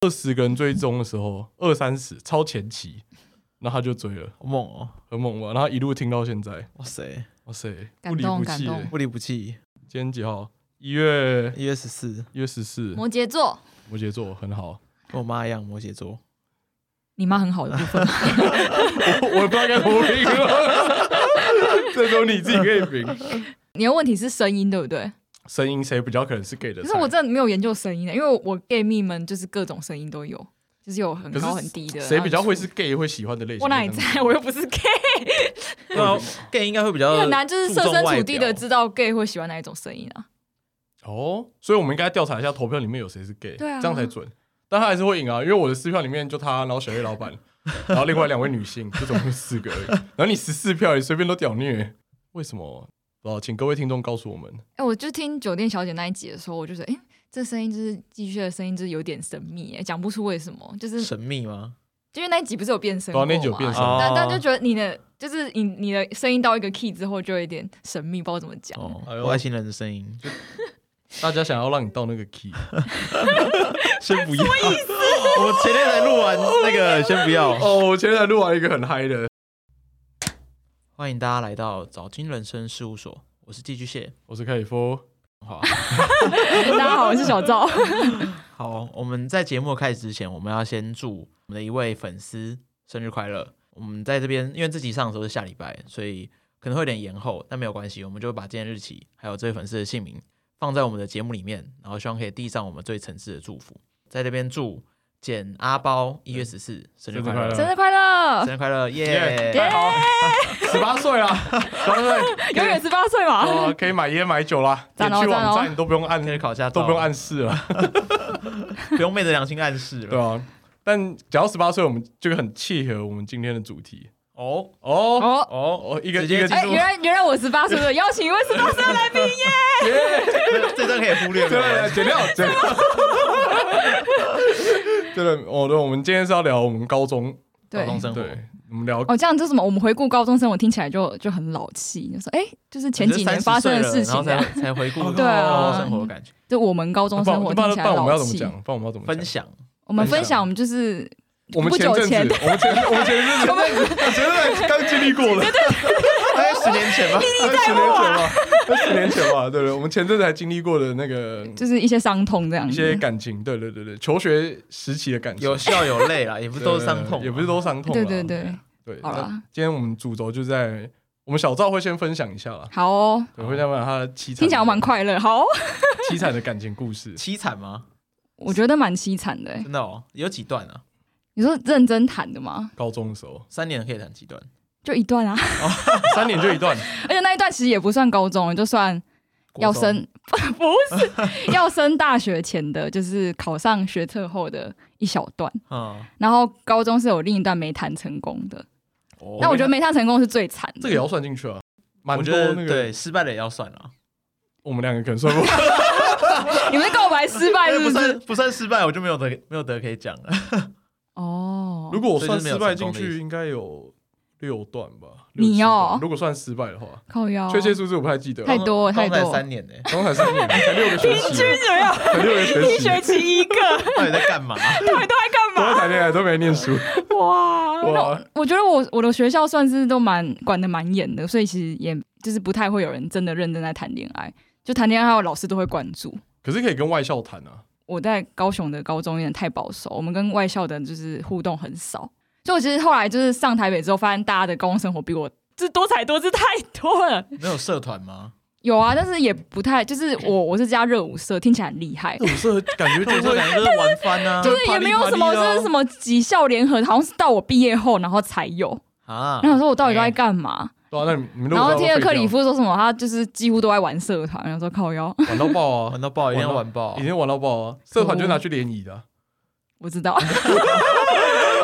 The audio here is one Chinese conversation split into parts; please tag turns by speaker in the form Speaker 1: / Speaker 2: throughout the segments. Speaker 1: 二十个人追踪的时候，二三十超前期，然后他就追了，
Speaker 2: 好猛哦！
Speaker 1: 很猛吧？然后一路听到现在，
Speaker 2: 哇塞，
Speaker 1: 哇塞，
Speaker 3: 感
Speaker 1: 不离不
Speaker 3: 动
Speaker 1: 弃、
Speaker 3: 感
Speaker 1: 欸
Speaker 3: 动。
Speaker 2: 不离不弃。
Speaker 1: 今天几号？一月
Speaker 2: 一月十四，
Speaker 1: 一月十四，
Speaker 3: 摩羯座，
Speaker 1: 摩羯座很好。
Speaker 2: 跟我妈一样摩羯座，
Speaker 3: 你妈很好的部分，
Speaker 1: 我 我不知道该怎么评了， 这都你自己可以评。
Speaker 3: 你的问题是声音对不对？
Speaker 1: 声音谁比较可能是 gay 的
Speaker 3: 可
Speaker 1: 菜？
Speaker 3: 是我真的没有研究声音的，欸因为我我 gay 蜜们就是各种声音都有，就是有很
Speaker 1: 可是
Speaker 3: 高很低的。
Speaker 1: 谁比较会
Speaker 3: 然
Speaker 1: 是 gay 会喜欢的类型？
Speaker 3: 后？啊我哪里在？我又不是 gay，
Speaker 2: 对啊，gay 应该会比
Speaker 1: 呃
Speaker 2: 较
Speaker 3: 很难就是设
Speaker 2: 注重
Speaker 3: 身
Speaker 2: 外
Speaker 3: 处地的
Speaker 2: 表
Speaker 3: 知道 gay 会喜欢哪一种声音啊。
Speaker 1: 哦，所以我们应该调查一下投票里面有谁是 gay，
Speaker 3: 对啊
Speaker 1: 这样才准。但他还是会赢啊，因为我的撕票里面就他，然后小月老 板，然后另外两位女性，就总共四个而已。然后你十四票也随便都屌虐，为什么？不知道，请各位听众告诉我们。
Speaker 3: 哎、我就听酒店小姐那一集的时候，我就觉得，哎、这声音就是鸡血的声音，就是有点神秘、哎，讲不出为什么，就是
Speaker 2: 神秘吗？
Speaker 3: 因为那一集不是有变
Speaker 1: 对
Speaker 3: 声
Speaker 1: 啊
Speaker 3: 过嘛，
Speaker 1: 那一集有变声
Speaker 2: 哦
Speaker 3: 但但就觉得你的就是你你的声音到一个 key 之后，就有一点神秘，不知道怎么讲。
Speaker 2: 哦
Speaker 1: 哎，呦
Speaker 2: 外星人的声 音，
Speaker 1: 大家想要让你到那个 key，
Speaker 2: 先不要。我前天才录完那个，先不要。
Speaker 1: 哦，我前天才录完一个很嗨的，
Speaker 2: 欢迎大家来到早金人生事务所，我是寄居蟹。
Speaker 1: 我是凯里夫，
Speaker 2: 好，啊
Speaker 3: 大家好，我是小赵。
Speaker 2: 好，我们在节目开始之前，我们要先祝我们的一位粉丝生日快乐。我们在这边，因为这集上的时候是下礼拜，所以可能会有点延后，但没有关系，我们就会把今天日期还有这位粉丝的姓名放在我们的节目里面，然后希望可以递上我们最诚挚的祝福。在这边祝简阿包一月十四生日快乐，
Speaker 1: 生
Speaker 3: 生日快乐！
Speaker 2: 嗯生日快乐，
Speaker 1: 耶
Speaker 2: 耶！
Speaker 3: 耶
Speaker 1: 太好，十八岁了，十八 岁，
Speaker 3: 永远十八岁嘛
Speaker 1: 哦，。可以买烟买酒啦，
Speaker 3: 赞
Speaker 1: 点
Speaker 3: 哦
Speaker 1: 去
Speaker 3: 赞哦
Speaker 1: 网站都不用按，
Speaker 2: 可以考驾
Speaker 1: 都
Speaker 2: 照，
Speaker 1: 不用暗示了。
Speaker 2: 不用昧着良心暗示
Speaker 1: 对
Speaker 2: 了。
Speaker 1: 啊，但讲到十八岁，我们就很契合我们今天的主题
Speaker 2: 哦
Speaker 1: 哦
Speaker 3: 哦，
Speaker 1: 哦，一个
Speaker 2: 直
Speaker 1: 一
Speaker 2: 接
Speaker 1: 个
Speaker 2: 进
Speaker 3: 哎、
Speaker 2: 入
Speaker 3: 原来原来我十八岁的，邀请一位十八岁的哎来宾耶！
Speaker 2: 这这段可以忽略
Speaker 1: 对
Speaker 2: 吗
Speaker 1: 对，？ 剪掉剪掉。对的，哦对，我们今天是要聊我们高中，
Speaker 3: 对
Speaker 2: 高，中生活，
Speaker 1: 对，我们聊
Speaker 3: 哦，这样就什么？我们回顾高中生活，听起来就就很老气，就说哎、就是前几年发生的事情
Speaker 2: 就是
Speaker 3: 这
Speaker 2: 30岁了然
Speaker 3: 样
Speaker 2: 后。才才回顾
Speaker 3: 对啊
Speaker 2: 高中生活的感觉，
Speaker 3: 就我们高中生
Speaker 1: 不然不
Speaker 3: 活听
Speaker 1: 然
Speaker 3: 起
Speaker 1: 不
Speaker 3: 来
Speaker 1: 然我们要
Speaker 3: 老
Speaker 1: 怎么
Speaker 3: 气。
Speaker 1: 讲？不然我们要怎么
Speaker 2: 分
Speaker 1: 讲？
Speaker 2: 享
Speaker 3: 我们
Speaker 1: 分
Speaker 3: 分
Speaker 1: 享
Speaker 3: 享，我们就是
Speaker 1: 我们
Speaker 3: 不
Speaker 1: 前
Speaker 3: 久
Speaker 1: 阵
Speaker 3: 前
Speaker 1: 子，我们前我们前阵 子，前阵子刚经历过了，
Speaker 2: 大概十年前
Speaker 1: 二
Speaker 2: 吧。
Speaker 1: 十年前吧，二十年前吧，对对，我们前阵子还经历过的那个
Speaker 3: 就是一些伤痛这样
Speaker 1: 一
Speaker 3: 子。
Speaker 1: 些感情，对对对对，求学时期的感情，
Speaker 2: 有笑有泪啦，也不
Speaker 1: 对
Speaker 2: 是都是伤痛啊，。
Speaker 1: 也不是都伤痛啦，
Speaker 3: 对对对，
Speaker 1: 对，
Speaker 3: 好
Speaker 1: 那
Speaker 3: 啦
Speaker 1: 今天我们主轴就在我们小赵会先分享一下啦，
Speaker 3: 好哦，
Speaker 1: 对，会先分享他凄惨，
Speaker 3: 听起来蛮快乐。好哦、
Speaker 1: 凄惨的感情故事
Speaker 2: 凄惨吗？
Speaker 3: 我觉得蛮凄惨的欸。
Speaker 2: 真的哦，有几段啊？
Speaker 3: 你说认真谈的吗？
Speaker 1: 高中的时候，
Speaker 2: 三年可以谈几段？
Speaker 3: 就一段啊，
Speaker 1: 三年就一段，
Speaker 3: 而且那一段其实也不算高中，就算要
Speaker 2: 国中
Speaker 3: 升，不 是 要升大学前的，就是考上学测后的一小段。
Speaker 2: 嗯，
Speaker 3: 然后高中是有另一段没谈成功的，
Speaker 2: 哦
Speaker 3: 但我觉得没谈成功是最惨的。
Speaker 1: 这个也要算进去啊，蛮
Speaker 2: 我觉
Speaker 1: 多
Speaker 2: 得
Speaker 1: 那个，
Speaker 2: 对失败的也要算了，
Speaker 1: 我们两个可能算不，
Speaker 3: 你们是告白失败
Speaker 2: 但是哎不
Speaker 3: 是不是
Speaker 2: 算？不算失败，我就没有得没有得可以讲了。
Speaker 3: 哦
Speaker 1: 如，果我
Speaker 2: 所以
Speaker 1: 算
Speaker 2: 就是没
Speaker 1: 失
Speaker 2: 有
Speaker 1: 败
Speaker 2: 成
Speaker 1: 进
Speaker 2: 功的意
Speaker 1: 去，
Speaker 2: 思
Speaker 1: 应该有六段吧。
Speaker 3: 你
Speaker 1: 六七段
Speaker 3: 哦
Speaker 1: 如果算失败的话，
Speaker 3: 靠腰，哦
Speaker 1: 确切数字我不太记得
Speaker 3: 太
Speaker 1: 了，
Speaker 3: 多了
Speaker 2: 高
Speaker 3: 太
Speaker 2: 中才
Speaker 3: 多了，
Speaker 2: 三年呢，
Speaker 1: 刚才三年，才六个学期，
Speaker 3: 怎么 样？
Speaker 1: 才六个学期，
Speaker 3: 啊期一个，
Speaker 2: 到底在干嘛？
Speaker 3: 到底都在干
Speaker 1: 都在谈恋爱，都没念书，
Speaker 3: 哇，那
Speaker 1: 哇
Speaker 3: 我我觉得我我的学校算是都蛮管的蛮严的，所以其实也就是不太会有人真的认真在谈恋爱，就谈恋爱老师都会关注。
Speaker 1: 可是可以跟外校谈啊。
Speaker 3: 我在高雄的高中有点太保守，我们跟外校的就是互动很少，所以我其实后来就是上台北之后，发现大家的高中生活比我就是多彩多姿太多了。
Speaker 2: 没有社团吗？
Speaker 3: 有啊，但是也不太，就是我我是加热舞社，听起来很厉害，
Speaker 1: 我是感觉
Speaker 2: 就是
Speaker 1: 就是
Speaker 2: 两个就是玩翻啊，
Speaker 3: 就是也没有什么，就是什么几校联合，好像是到我毕业后然后才有。
Speaker 2: 啊
Speaker 3: 然后我说我到底都在干嘛？
Speaker 1: 对啊，那你嗯们如果
Speaker 3: 然后
Speaker 1: 到
Speaker 3: 听了
Speaker 1: 废
Speaker 3: 克里
Speaker 1: 掉
Speaker 3: 夫说什么，他就是几乎都在玩社团，然后说靠腰，
Speaker 1: 玩到爆啊
Speaker 2: 玩，到爆，一定要玩爆
Speaker 1: 已，经玩到爆啊！社团就拿去联谊的啊，
Speaker 3: 我知道，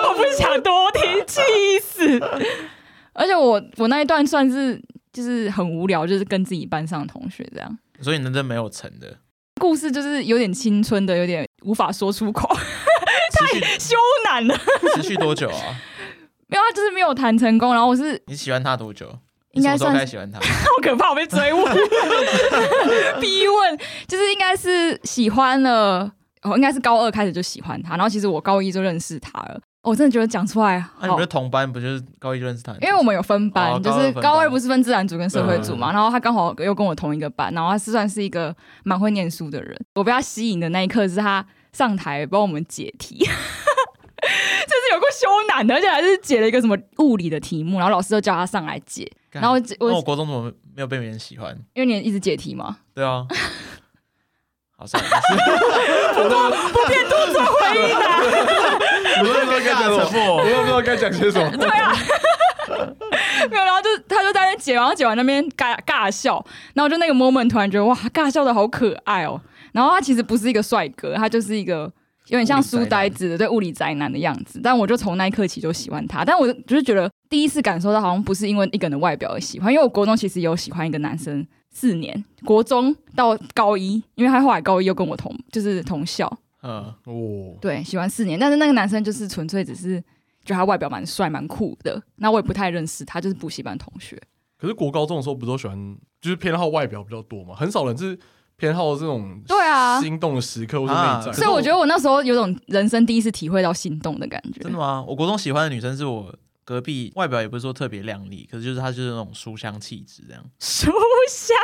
Speaker 3: 我不想多听，气死。而且我我那一段算是就是很无聊，就是跟自己班上同学这样。
Speaker 2: 所以你认真没有成的，
Speaker 3: 故事就是有点青春的，有点无法说出口，
Speaker 2: 持续
Speaker 3: 羞难的。
Speaker 2: 持续多久啊？
Speaker 3: 没有，他就是没有谈成功。然后我是
Speaker 2: 你喜欢他多久？
Speaker 3: 应该
Speaker 2: 你什么时候
Speaker 3: 算
Speaker 2: 开始喜欢 他？啊
Speaker 3: 好可怕，我 被追问，逼问，就是应该是喜欢了哦，应该是高二开始就喜欢他，然后其实我高一就认识他了。哦我真的觉得讲出来
Speaker 2: 那啊你
Speaker 3: 好
Speaker 2: 们是，同班，不就是高一认识他？
Speaker 3: 因为我们有分班，
Speaker 2: 哦高二
Speaker 3: 就是
Speaker 2: 分班嗯
Speaker 3: 高二不是分自然组跟社会组
Speaker 1: 对
Speaker 3: 嘛，然后他刚好又跟我同一个班，然后他是算是一个蛮会念书的人。我被他吸引的那一刻是他上台帮我们解题， 就是有个羞难的，而且还是解了一个什么物理的题目，然后老师就叫他上来解，
Speaker 2: 干哦
Speaker 3: 然后我
Speaker 2: 那我
Speaker 3: 我
Speaker 2: 国中怎么没有被别人喜欢？
Speaker 3: 因为你一直解题嘛，
Speaker 2: 对啊， 好算了，没
Speaker 1: 我都不知道该讲什么，哦我都不知道该讲些什么。
Speaker 3: 没有，然后就他就在那边解，然后解完那边尬尬笑，然后就那个 moment 突然觉得哇，尬笑的好可爱哦。然后他其实不是一个帅哥，他就是一个有点像书呆子的对物理宅男的样子。但我就从那一刻起就喜欢他，但我就是觉得第一次感受到好像不是因为一个人的外表而喜欢，因为我国中其实有喜欢一个男生四年，国中到高一，因为他后来高一又跟我同就是同校，
Speaker 2: 嗯，
Speaker 1: 哦，
Speaker 3: 对，喜欢四年，但是那个男生就是纯粹只是觉得他外表蛮帅蛮酷的，那我也不太认识他，就是补习班同学。
Speaker 1: 可是国高中的时候不都喜欢，就是偏好外表比较多嘛，很少人是偏好这种
Speaker 3: 对啊
Speaker 1: 心动的时刻或是
Speaker 2: 啊
Speaker 1: 内在。
Speaker 3: 所以我觉得我那时候有种人生第一次体会到心动的感觉
Speaker 2: 真。的吗？我国中喜欢的女生是我隔壁，外表也不是说特别靓丽，可是就是她就是那种书香气质，这样，
Speaker 3: 书香，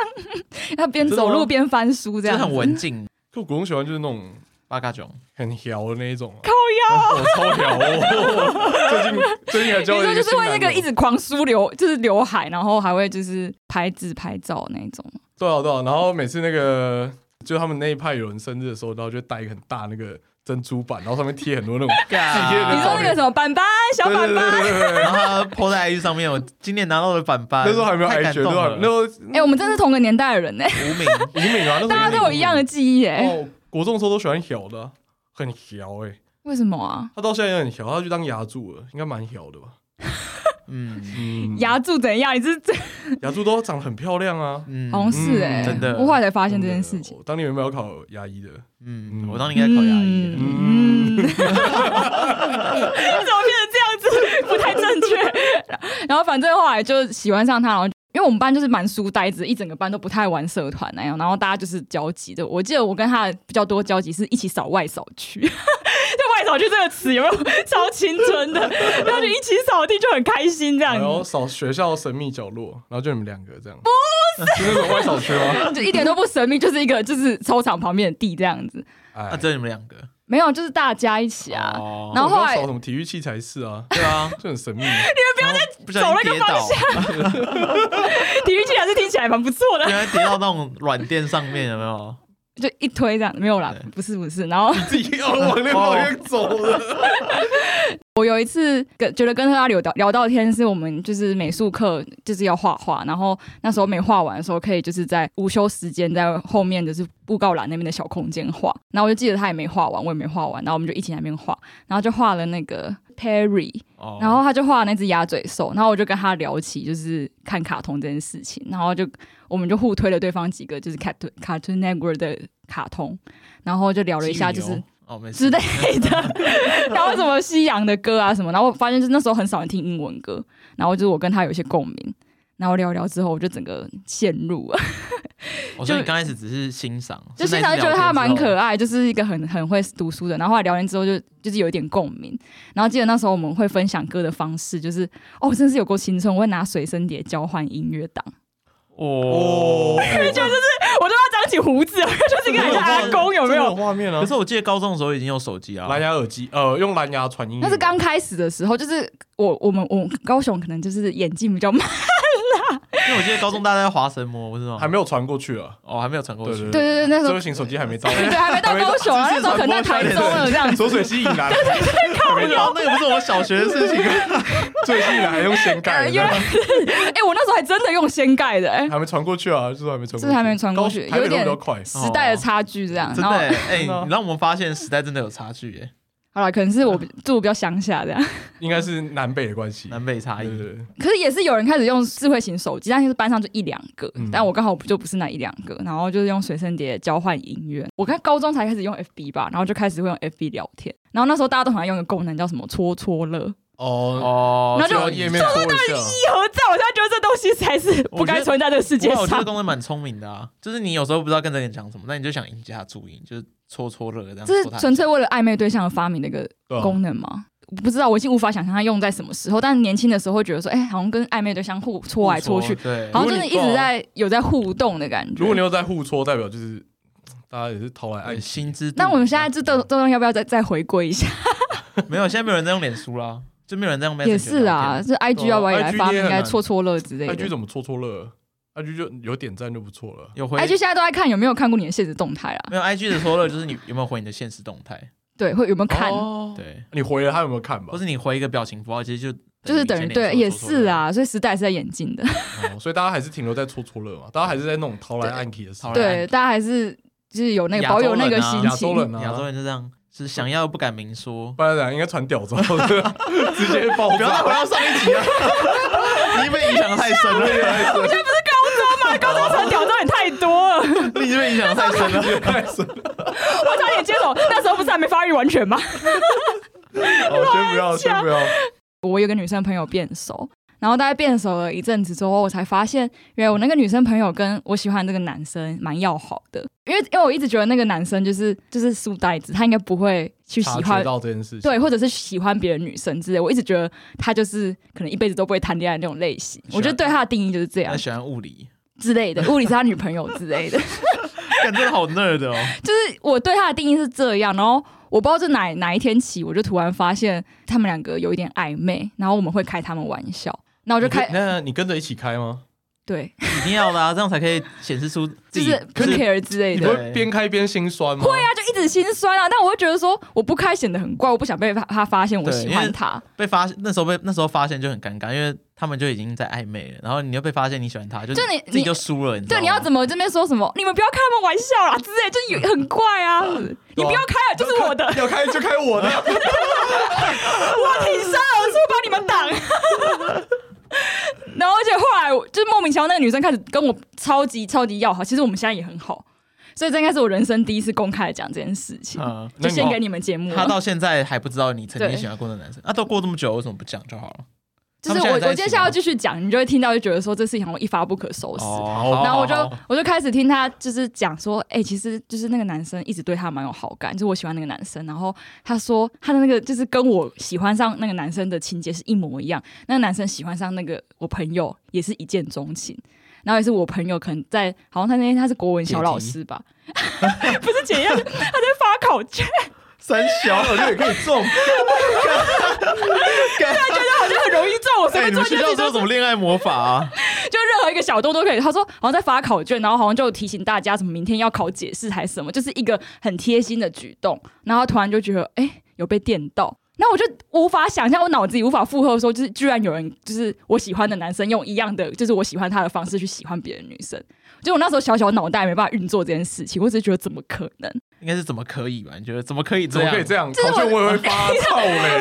Speaker 3: 他边走路边翻书这
Speaker 2: 就是
Speaker 3: 样子，
Speaker 2: 很文静，
Speaker 1: 可我国中喜欢就是那种
Speaker 2: 八嘎囧。
Speaker 1: 很摇的那一种啊、
Speaker 3: 靠腰。
Speaker 1: 我超屌哦！最近最近还
Speaker 3: 你
Speaker 1: 交了
Speaker 3: 说
Speaker 1: 一
Speaker 3: 就是
Speaker 1: 新
Speaker 3: 会
Speaker 1: 男
Speaker 3: 那个
Speaker 1: 友
Speaker 3: 一直狂梳刘，就是刘海，然后还会就是拍自拍照那种。
Speaker 1: 对啊对啊，然后每次那个就他们那一派有人生日的时候，然后就带一个很大那个珍珠板，然后上面贴很多那 种
Speaker 2: 啊
Speaker 3: 你说那个什么板板小
Speaker 1: 对
Speaker 3: 板
Speaker 1: 对
Speaker 3: 板，
Speaker 1: 对对对对。
Speaker 2: 然后她 PO 在 IG 上面，我今年拿到了板板，
Speaker 1: 那时候还没有
Speaker 2: 太
Speaker 1: I
Speaker 2: 感
Speaker 1: G，
Speaker 2: 动
Speaker 1: 那
Speaker 2: 了，
Speaker 1: 时候
Speaker 3: 哎、我们真的是同个年代的人呢、
Speaker 2: 无名，
Speaker 1: 无名啊，那时候
Speaker 3: 大家都有一样的记忆哎、
Speaker 1: 哦，国中的时候都喜欢摇的啊，很摇哎、
Speaker 3: 为什么啊？
Speaker 1: 他到现在也很摇，他去当牙柱了，应该蛮摇的吧？
Speaker 2: 嗯
Speaker 1: 嗯，
Speaker 3: 牙柱怎样？你是这
Speaker 1: 牙柱都长得很漂亮啊。
Speaker 2: 嗯，
Speaker 3: 好像是哎、
Speaker 1: 嗯
Speaker 2: 真的
Speaker 3: 我后来才发现这件事情。
Speaker 1: 我当年有没有考牙医的？
Speaker 2: 嗯，我当年应该考牙医了。
Speaker 3: 嗯，你怎么变成这样子？不太正确。 然后反正后来就喜欢上他，然后因为我们班就是蛮书呆子，一整个班都不太玩社团那样，然后大家就是交集的。我记得我跟他比较多交集是一起扫外扫区。就 外扫区这个词有没有超青春的？ 然后就一起扫地就很开心这样
Speaker 2: 哎
Speaker 1: 然后
Speaker 3: 子，
Speaker 1: 扫学校神秘角落，然后就你们两个这样，不是那种外扫区吗？
Speaker 3: 就一点都不神秘，就是一个就是操场旁边的地这样子。
Speaker 1: 哎
Speaker 2: 啊，只有你们两个，
Speaker 3: 没有，就是大家一起啊。
Speaker 2: 哦
Speaker 3: 然后后来
Speaker 1: 扫什么体育器材室啊，
Speaker 2: 对啊，
Speaker 1: 就很神秘。
Speaker 2: 不要再不小心跌倒，
Speaker 3: 体育系还是听起来蛮不错的
Speaker 2: 不。小心跌到那种软垫上面，有没有？
Speaker 3: 就一推这样，没有啦
Speaker 2: 对，
Speaker 3: 不是不是。然后
Speaker 1: 自己要往那方向走了。
Speaker 3: 我有一次跟觉得跟他聊到聊到天，是我们就是美术课就是要画画，然后那时候没画完的时候，可以就是在午休时间在后面就是布告栏那边的小空间画。然后我就记得他也没画完，我也没画完，然后我们就一起在那边画，然后就画了那个 Perry，
Speaker 2: 哦，
Speaker 3: 然后他就画那只鸭嘴兽，然后我就跟他聊起就是看卡通这件事情，然后就我们就互推了对方几个就是 Cartoon Cartoon Network 的卡通，然后就聊了一下就
Speaker 2: 犀
Speaker 3: 是
Speaker 2: 牛哦，没
Speaker 3: 之
Speaker 2: 事，
Speaker 3: 类 的，然后什么西洋的歌啊什么，然后我发现就是那时候很少人听英文歌，然后就是我跟他有一些共鸣，然后聊一聊之后我就整个陷入 了，
Speaker 2: 我说
Speaker 3: 就
Speaker 2: 你刚开始只是欣赏，
Speaker 3: 就欣赏就觉得他蛮可
Speaker 2: 爱，
Speaker 3: 爱，就是一个很很会读书的，然后后来聊天之后就就是有一点共鸣，然后记得那时候我们会分享歌的方式，就是哦真是有够青春，我会拿随身碟交换音乐档，
Speaker 2: 哦。
Speaker 3: 我都要长起胡子，就是一个很像阿公有没
Speaker 1: 真的
Speaker 3: 有？
Speaker 1: 画面啊
Speaker 2: 可？是我记得高中的时候已经有手机啊，
Speaker 1: 蓝牙耳机，呃，用蓝牙传音乐。
Speaker 3: 那是刚开始的时候，就是我我们我们高雄可能就是眼睛比较慢，
Speaker 2: 因为我记得高中大家在滑神魔，不是吗？
Speaker 1: 还没有传过去啊。
Speaker 2: 哦，还没有传过去
Speaker 1: 对
Speaker 3: 对对对，那时
Speaker 1: 智
Speaker 3: 候
Speaker 1: 慧型手机还没到，
Speaker 3: 对，还没到高雄啊，那时候可能在台中了这 样子。
Speaker 1: 左水溪以南，还没
Speaker 2: 然后
Speaker 1: 到，
Speaker 2: 那个不是我小学的事情，
Speaker 1: 左水溪以南还用掀盖
Speaker 3: 呃，原来
Speaker 1: 的，
Speaker 3: 是， 哎、我那时候还真的用掀盖的、 哎，
Speaker 1: 还没传过去啊，就是还没传过去，
Speaker 3: 是还没传过去
Speaker 1: 高台北
Speaker 3: 有点
Speaker 1: 都比较快。
Speaker 3: 时代的差距这样。
Speaker 2: 真
Speaker 3: 然
Speaker 2: 的
Speaker 3: 后
Speaker 2: 欸哎，
Speaker 1: 真的啊
Speaker 2: 你让我们发现时代真的有差距耶，
Speaker 3: 好了，可能是我住比较乡下这样，
Speaker 1: 应该是南北的关系。
Speaker 2: 南北差
Speaker 1: 对对
Speaker 2: 异。
Speaker 1: 对，
Speaker 3: 可是也是有人开始用智慧型手机，但是班上就一两个，
Speaker 1: 嗯
Speaker 3: 但我刚好就不是那一两个，然后就是用随身碟交换音乐。我看高中才开始用 FB 吧，然后就开始会用 FB 聊天，然后那时候大家都好像用一个功能叫什么戳戳乐，
Speaker 1: 哦，
Speaker 2: 哦，
Speaker 3: 然后就
Speaker 1: 需要页面拖一下，
Speaker 3: 一合照，我现在觉得这东西才是不该存在这个世界
Speaker 2: 不过我觉得
Speaker 3: 上。
Speaker 2: 工人蛮聪明的啊，就是你有时候不知道跟着点讲什么，那你就想引起他注意，就是搓搓乐这样。
Speaker 3: 这
Speaker 2: 搓
Speaker 3: 是
Speaker 2: 它
Speaker 3: 纯粹为了暧昧对象而发明的一个
Speaker 1: 对啊，
Speaker 3: 功能吗？我不知道，我已经无法想象它用在什么时候。但是年轻的时候会觉得说，哎、好像跟暧昧对象互
Speaker 2: 互
Speaker 3: 搓来搓去，
Speaker 2: 对，
Speaker 3: 好像
Speaker 1: 如果
Speaker 3: 真
Speaker 1: 你
Speaker 3: 的一直在有在互动的感觉
Speaker 1: 如。果你有在互搓，代表就是大家也是掏来爱
Speaker 2: 呃
Speaker 1: 情。
Speaker 2: 心知肚明。
Speaker 3: 那我们现在这这这东西要不要再再回归一下？
Speaker 2: 没有，现在没有人在用脸书啦，就没有人在用 Messenger
Speaker 3: 也是啊，
Speaker 2: 聊天，
Speaker 3: 这 I G 要不要也来
Speaker 1: IG
Speaker 3: 发
Speaker 1: 也
Speaker 3: 明
Speaker 1: 很
Speaker 3: 应该
Speaker 1: 难
Speaker 3: 搓搓乐之类的
Speaker 1: IG 怎么搓搓乐？IG 就有点赞就不错了。
Speaker 2: 有回
Speaker 3: ？I G 现在都在看有没有看过你的现实动态啦，
Speaker 2: 没有 IG 的搓乐，就是你有没有回你的现实动态，
Speaker 3: 对，会有没有看？
Speaker 1: 哦
Speaker 2: 对，
Speaker 1: 你回了他有没有看吧
Speaker 2: 或？是你回一个表情符号，其实就
Speaker 3: 就是
Speaker 2: 你
Speaker 3: 等
Speaker 2: 以
Speaker 3: 于
Speaker 2: 前脸
Speaker 3: 对，
Speaker 2: 书
Speaker 3: 也
Speaker 2: 的搓搓乐
Speaker 3: 是，啊，所以时代是在演进的，
Speaker 1: 哦所以大家还是停留在搓搓乐嘛，大家还是在那种掏来暗器的事
Speaker 2: 对。
Speaker 3: 对，大家还是就是有那个
Speaker 2: 亚洲
Speaker 3: 保有那个
Speaker 2: 人啊
Speaker 3: 心
Speaker 1: 亚洲
Speaker 3: 情，
Speaker 1: 人啊，
Speaker 2: 亚洲人就这样，是想要不敢明说。
Speaker 1: 不然人应该传屌照， 直接爆
Speaker 2: 不要再
Speaker 1: 炸
Speaker 2: 回。到上一集 了，你已经被影响得太深了，
Speaker 1: 我现在不
Speaker 3: 高中生挑战也太多了，
Speaker 2: 你已经被影响得太深 了。
Speaker 1: 是太深了，
Speaker 3: 我差点接手，那时候不是还没发育完全吗？
Speaker 1: 哦先不要，先不要。
Speaker 3: 我有个女生朋友变熟，然后大概变熟了一阵子之后，我才发现，原来我那个女生朋友跟我喜欢这个男生蛮要好的，因为因为我一直觉得那个男生就是就是书呆子，他应该不会去喜
Speaker 1: 察觉
Speaker 3: 欢。
Speaker 1: 到这件事情，
Speaker 3: 对，，或者是喜欢别的女生之类，我一直觉得他就是可能一辈子都不会谈恋爱那种类型。
Speaker 1: 啊
Speaker 2: 喜欢
Speaker 3: 我觉得对他的定义就是这样
Speaker 2: 他 喜欢物理，
Speaker 3: 之类 的，物理是他女朋友之类的，
Speaker 2: 感真的好 nerd 哦。
Speaker 3: 就是我对他的定义是这样。然后我不知道这哪哪一天起，我就突然发现他们两个有一点暧昧，然后我们会开他们玩笑，那我就开
Speaker 1: 那你跟着一起开吗？
Speaker 3: 对，
Speaker 2: 一定要的啊，这样才可以显示出自
Speaker 3: 就
Speaker 2: 己
Speaker 3: 是不 care 之类
Speaker 1: 你
Speaker 3: 的
Speaker 1: 不
Speaker 2: 对。
Speaker 1: 会边开边心酸吗？
Speaker 3: 对啊，就一直心酸啊！但我会觉得说，我不开显得很怪，我不想被他他发现我
Speaker 2: 对
Speaker 3: 喜
Speaker 2: 因为
Speaker 3: 欢他。
Speaker 2: 被发现，那时候被那时候发现就很尴尬，因为他们就已经在暧昧了，然后你又被发现你喜欢他，就
Speaker 3: 就你
Speaker 2: 自己就输了，你知道
Speaker 3: 对，
Speaker 2: 吗
Speaker 3: 你要怎么这边说什么？你们不要开他们玩笑啦，之类，就有很怪 啊！你不要开了，就是我的，
Speaker 1: 要开就开我的，
Speaker 3: 我挺身而出把你们挡。 然后，而且后来我就莫名其妙，那个女生开始跟我超级超级要好，其实我们现在也很好，所以这应该是我人生第一次公开地讲这件事情，
Speaker 2: 嗯，
Speaker 3: 就
Speaker 1: 那
Speaker 3: 献给
Speaker 1: 你
Speaker 3: 你们节目啊
Speaker 2: 他
Speaker 3: 了。
Speaker 2: 到现在还不知道你曾经
Speaker 3: 对
Speaker 2: 喜欢过的男生，啊，都过这么久，为什么不讲就好了？
Speaker 3: 就是
Speaker 2: 他们现在
Speaker 3: 我，
Speaker 2: 在
Speaker 3: 我
Speaker 2: 一起
Speaker 3: 接下来
Speaker 2: 吗
Speaker 3: 要继续讲，你就会听到，就觉得说这事情好像一发不可收拾。
Speaker 1: 好
Speaker 3: 然后我就
Speaker 2: 好好好
Speaker 3: 我就开始听他就是讲说，哎、其实就是那个男生一直对他蛮有好感，就是我喜欢那个男生。然后他说他的那个就是跟我喜欢上那个男生的情节是一模一样，那个男生喜欢上那个我朋友也是一见钟情。然后也是我朋友，可能在好像他那天他是国文小老师吧， 不是解压，他在发考卷，
Speaker 2: 三 小耳朵也可以中，啊
Speaker 3: 好像很容易中。 我随
Speaker 2: 哎，
Speaker 3: 便
Speaker 2: 你
Speaker 3: 做
Speaker 2: 们
Speaker 3: 一
Speaker 2: 学
Speaker 3: 件
Speaker 2: 校
Speaker 3: 事
Speaker 2: 这有
Speaker 3: 就
Speaker 2: 什么恋爱魔法啊？
Speaker 3: 就任何一个小动作都可以。他说好像在发考卷，然后好像就有提醒大家什么明天要考解释还是什么，就是一个很贴心的举动。然后突然就觉得，哎、有被电到。那我就无法想象，我脑子里无法负荷说，就是居然有人就是我喜欢的男生用一样的，就是我喜欢他的方式去喜欢别的女生。就我那时候小小脑袋没办法运作这件事情，我只是觉得怎么可能？
Speaker 2: 应该是怎么可以吧？你觉得怎么可以这
Speaker 1: 怎么
Speaker 2: 样？
Speaker 1: 可以这样？
Speaker 3: 这是
Speaker 1: 考
Speaker 3: 我
Speaker 1: 卷我也会发臭嘞，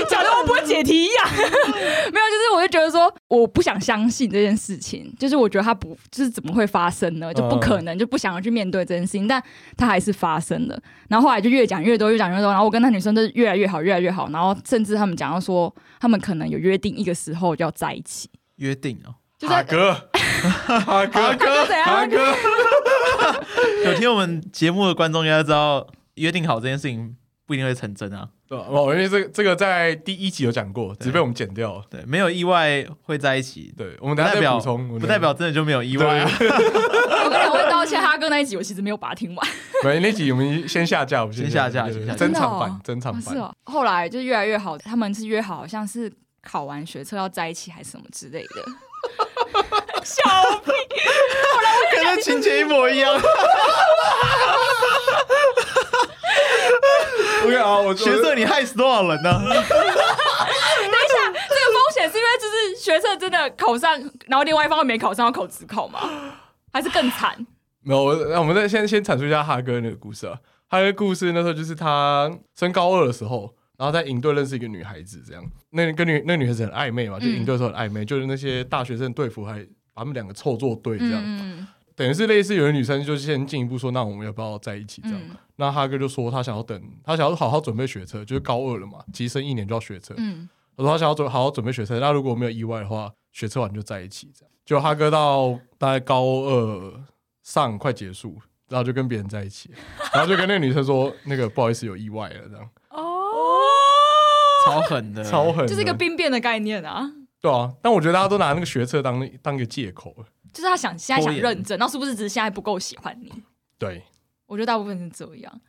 Speaker 3: 讲的我不会解题一样， 没有，就是我就觉得说，我不想相信这件事情，就是我觉得它不，就是怎么会发生呢？就不可能，就不想要去面对这件事情，但它还是发生了。然后后来就越讲越多，越讲越多，然后我跟那女生就是越来越好，越来越好，然后甚至他们讲到说，他们可能有约定一个时候就要在一起，
Speaker 2: 约定哦。
Speaker 3: 就是
Speaker 1: 哈哥，哈
Speaker 3: 他
Speaker 1: 哥，
Speaker 3: 就怎
Speaker 1: 哈
Speaker 3: 样，
Speaker 1: 哥，
Speaker 2: 有听我们节目的观众应该知道，约定好这件事情不一定会成真啊。
Speaker 1: 对哦，因为这个这个在第一集有讲过，只被我们剪掉了。
Speaker 2: 对，没有意外会在一起，
Speaker 1: 对，我们
Speaker 2: 不
Speaker 1: 等下
Speaker 2: 代
Speaker 1: 再
Speaker 2: 表
Speaker 1: 补充，我
Speaker 2: 不
Speaker 1: 们
Speaker 2: 代表真的就没有意外啊。
Speaker 3: 我跟两位道歉，哈哥那一集我其实没有把它听完，
Speaker 1: 没那集我们先下架，我们
Speaker 2: 先下架先下架
Speaker 1: 珍藏
Speaker 3: 真的
Speaker 1: 版
Speaker 3: 哦，
Speaker 1: 珍藏
Speaker 3: 是
Speaker 1: 版。
Speaker 3: 哦。后来就越来越好，他们是约好，好像是考完学测要在一起还是什么之类的。 笑屁！
Speaker 2: 跟那情节一模一样，
Speaker 1: OK 啊，我
Speaker 2: 学测你害死多少人呢、
Speaker 3: 等 一下，这个风险是因为就是学测真的考上，然后另外一方面没考上，要考职考吗？还是更惨？
Speaker 1: 没有，我那我们再先先阐述一下哈哥那个故事啊。哈哥故事那时候就是他升高二的时候，然后在营队认识一个女孩子，这样那跟女那女孩子很暧昧嘛，就营队的时候很暧
Speaker 3: 嗯
Speaker 1: 昧，就是那些大学生队服还把他们两个凑作对这样，
Speaker 3: 嗯
Speaker 1: 等于是类似有的女生就先进一步说，那我们要不要在一起这样？
Speaker 3: 嗯
Speaker 1: 那哈哥就说他想要等，他想要好好准备学车，就是高二了嘛，其实升一年就要学车，
Speaker 3: 嗯，
Speaker 1: 我说他想要准好好准备学车，那如果没有意外的话，学车完就在一起这样。就哈哥到大概高二上快结束，然后就跟别人在一起，然后就跟那个女生说，那个不好意思有意外了，这样
Speaker 3: 哦，
Speaker 2: 超狠的，
Speaker 1: 超狠的，
Speaker 3: 就是一个兵变的概念啊，
Speaker 1: 对啊，但我觉得大家都拿那个学测当当一个借口了，
Speaker 3: 就是他想现在
Speaker 2: 拖
Speaker 3: 想
Speaker 2: 延
Speaker 3: 认真，然后是不是只是现在不够喜欢你？
Speaker 1: 对，
Speaker 3: 我觉得大部分是这样，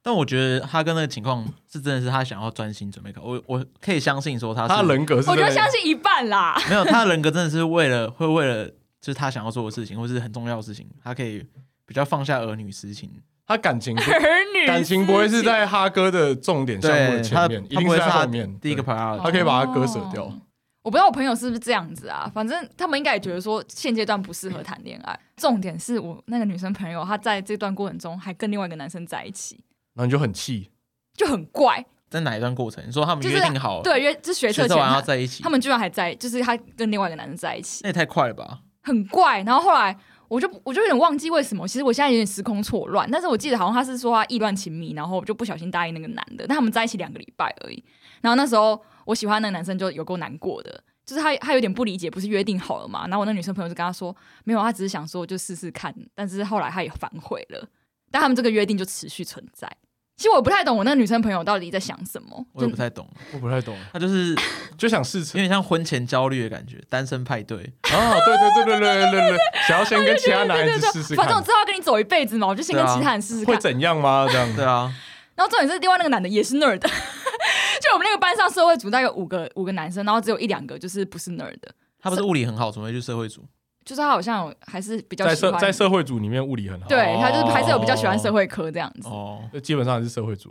Speaker 2: 但我觉得他跟那个情况是真的是他想要专心准备考，我我可以相信说他是
Speaker 1: 他人格是
Speaker 3: 我
Speaker 1: 真的
Speaker 3: 觉得相信一半啦。
Speaker 2: 没有他的人格真的是为了 会为了就是他想要做的事情或是很重要的事情，他可以比较放下儿女私情，
Speaker 1: 他感情不
Speaker 3: 儿女
Speaker 1: 感情不会是
Speaker 3: 私情
Speaker 1: 在哈哥的重点项目的
Speaker 2: 对他
Speaker 1: 前面，一
Speaker 2: 他
Speaker 1: 定
Speaker 2: 不会
Speaker 1: 在
Speaker 2: 他
Speaker 1: 后面
Speaker 2: 第一个
Speaker 1: 对
Speaker 2: priority，
Speaker 1: 他可以把它割舍掉
Speaker 3: 哦我不知道我朋友是不是这样子啊，反正他们应该也觉得说现阶段不适合谈恋爱。重点是我那个女生朋友，她在这段过程中还跟另外一个男生在一起，
Speaker 1: 然后你就很气，
Speaker 3: 就很怪。
Speaker 2: 在哪一段过程？你说他们
Speaker 3: 就是
Speaker 2: 约定好，
Speaker 3: 对，因为这哦学测
Speaker 2: 学测
Speaker 3: 前
Speaker 2: 完要
Speaker 3: 她，
Speaker 2: 在一起，
Speaker 3: 他们居然还在，就是她跟另外一个男生在一起，
Speaker 2: 那也太快了吧？
Speaker 3: 很怪。然后后来我就我就有点忘记为什么，其实我现在有点时空错乱，但是我记得好像他是说他意乱情迷，然后就不小心答应那个男的，但他们在一起两个礼拜而已。然后那时候我喜欢那个男生就有够难过的，就是他他有点不理解，不是约定好了嘛？然后我那女生朋友就跟他说，没有，他只是想说就试试看，但是后来他也反悔了，但他们这个约定就持续存在。其实我不太懂我那个女生朋友到底在想什么，
Speaker 2: 我也
Speaker 3: 就
Speaker 2: 不太懂，
Speaker 1: 我不太懂，
Speaker 2: 他就是
Speaker 1: 就想试
Speaker 2: 有
Speaker 1: 成
Speaker 2: 点像婚前焦虑的感觉，单身派对。
Speaker 1: 啊，对对对对对对对，想要先跟其他男孩子试试
Speaker 3: 反正我
Speaker 1: 看
Speaker 3: 知，道要跟你走一辈子嘛，我就先跟
Speaker 2: 对啊
Speaker 3: 其他人试试看
Speaker 1: 会。怎样吗？这样
Speaker 2: 对啊，
Speaker 3: 然后重点是另外那个男的也是 nerd，就我们那个班上社会组大概有五个五个男生，然后只有一两个就是不是 nerd 的，
Speaker 2: 他不是物理很好，怎么会去社会组？
Speaker 3: 就是他好像有还是比较
Speaker 1: 在
Speaker 3: 喜
Speaker 1: 社
Speaker 3: 欢，
Speaker 1: 在社会组里面物理很好，
Speaker 3: 对他就是还是有比较喜欢
Speaker 1: 哦
Speaker 3: 社会科这样子，
Speaker 2: 哦，
Speaker 1: 基本上还是社会 组，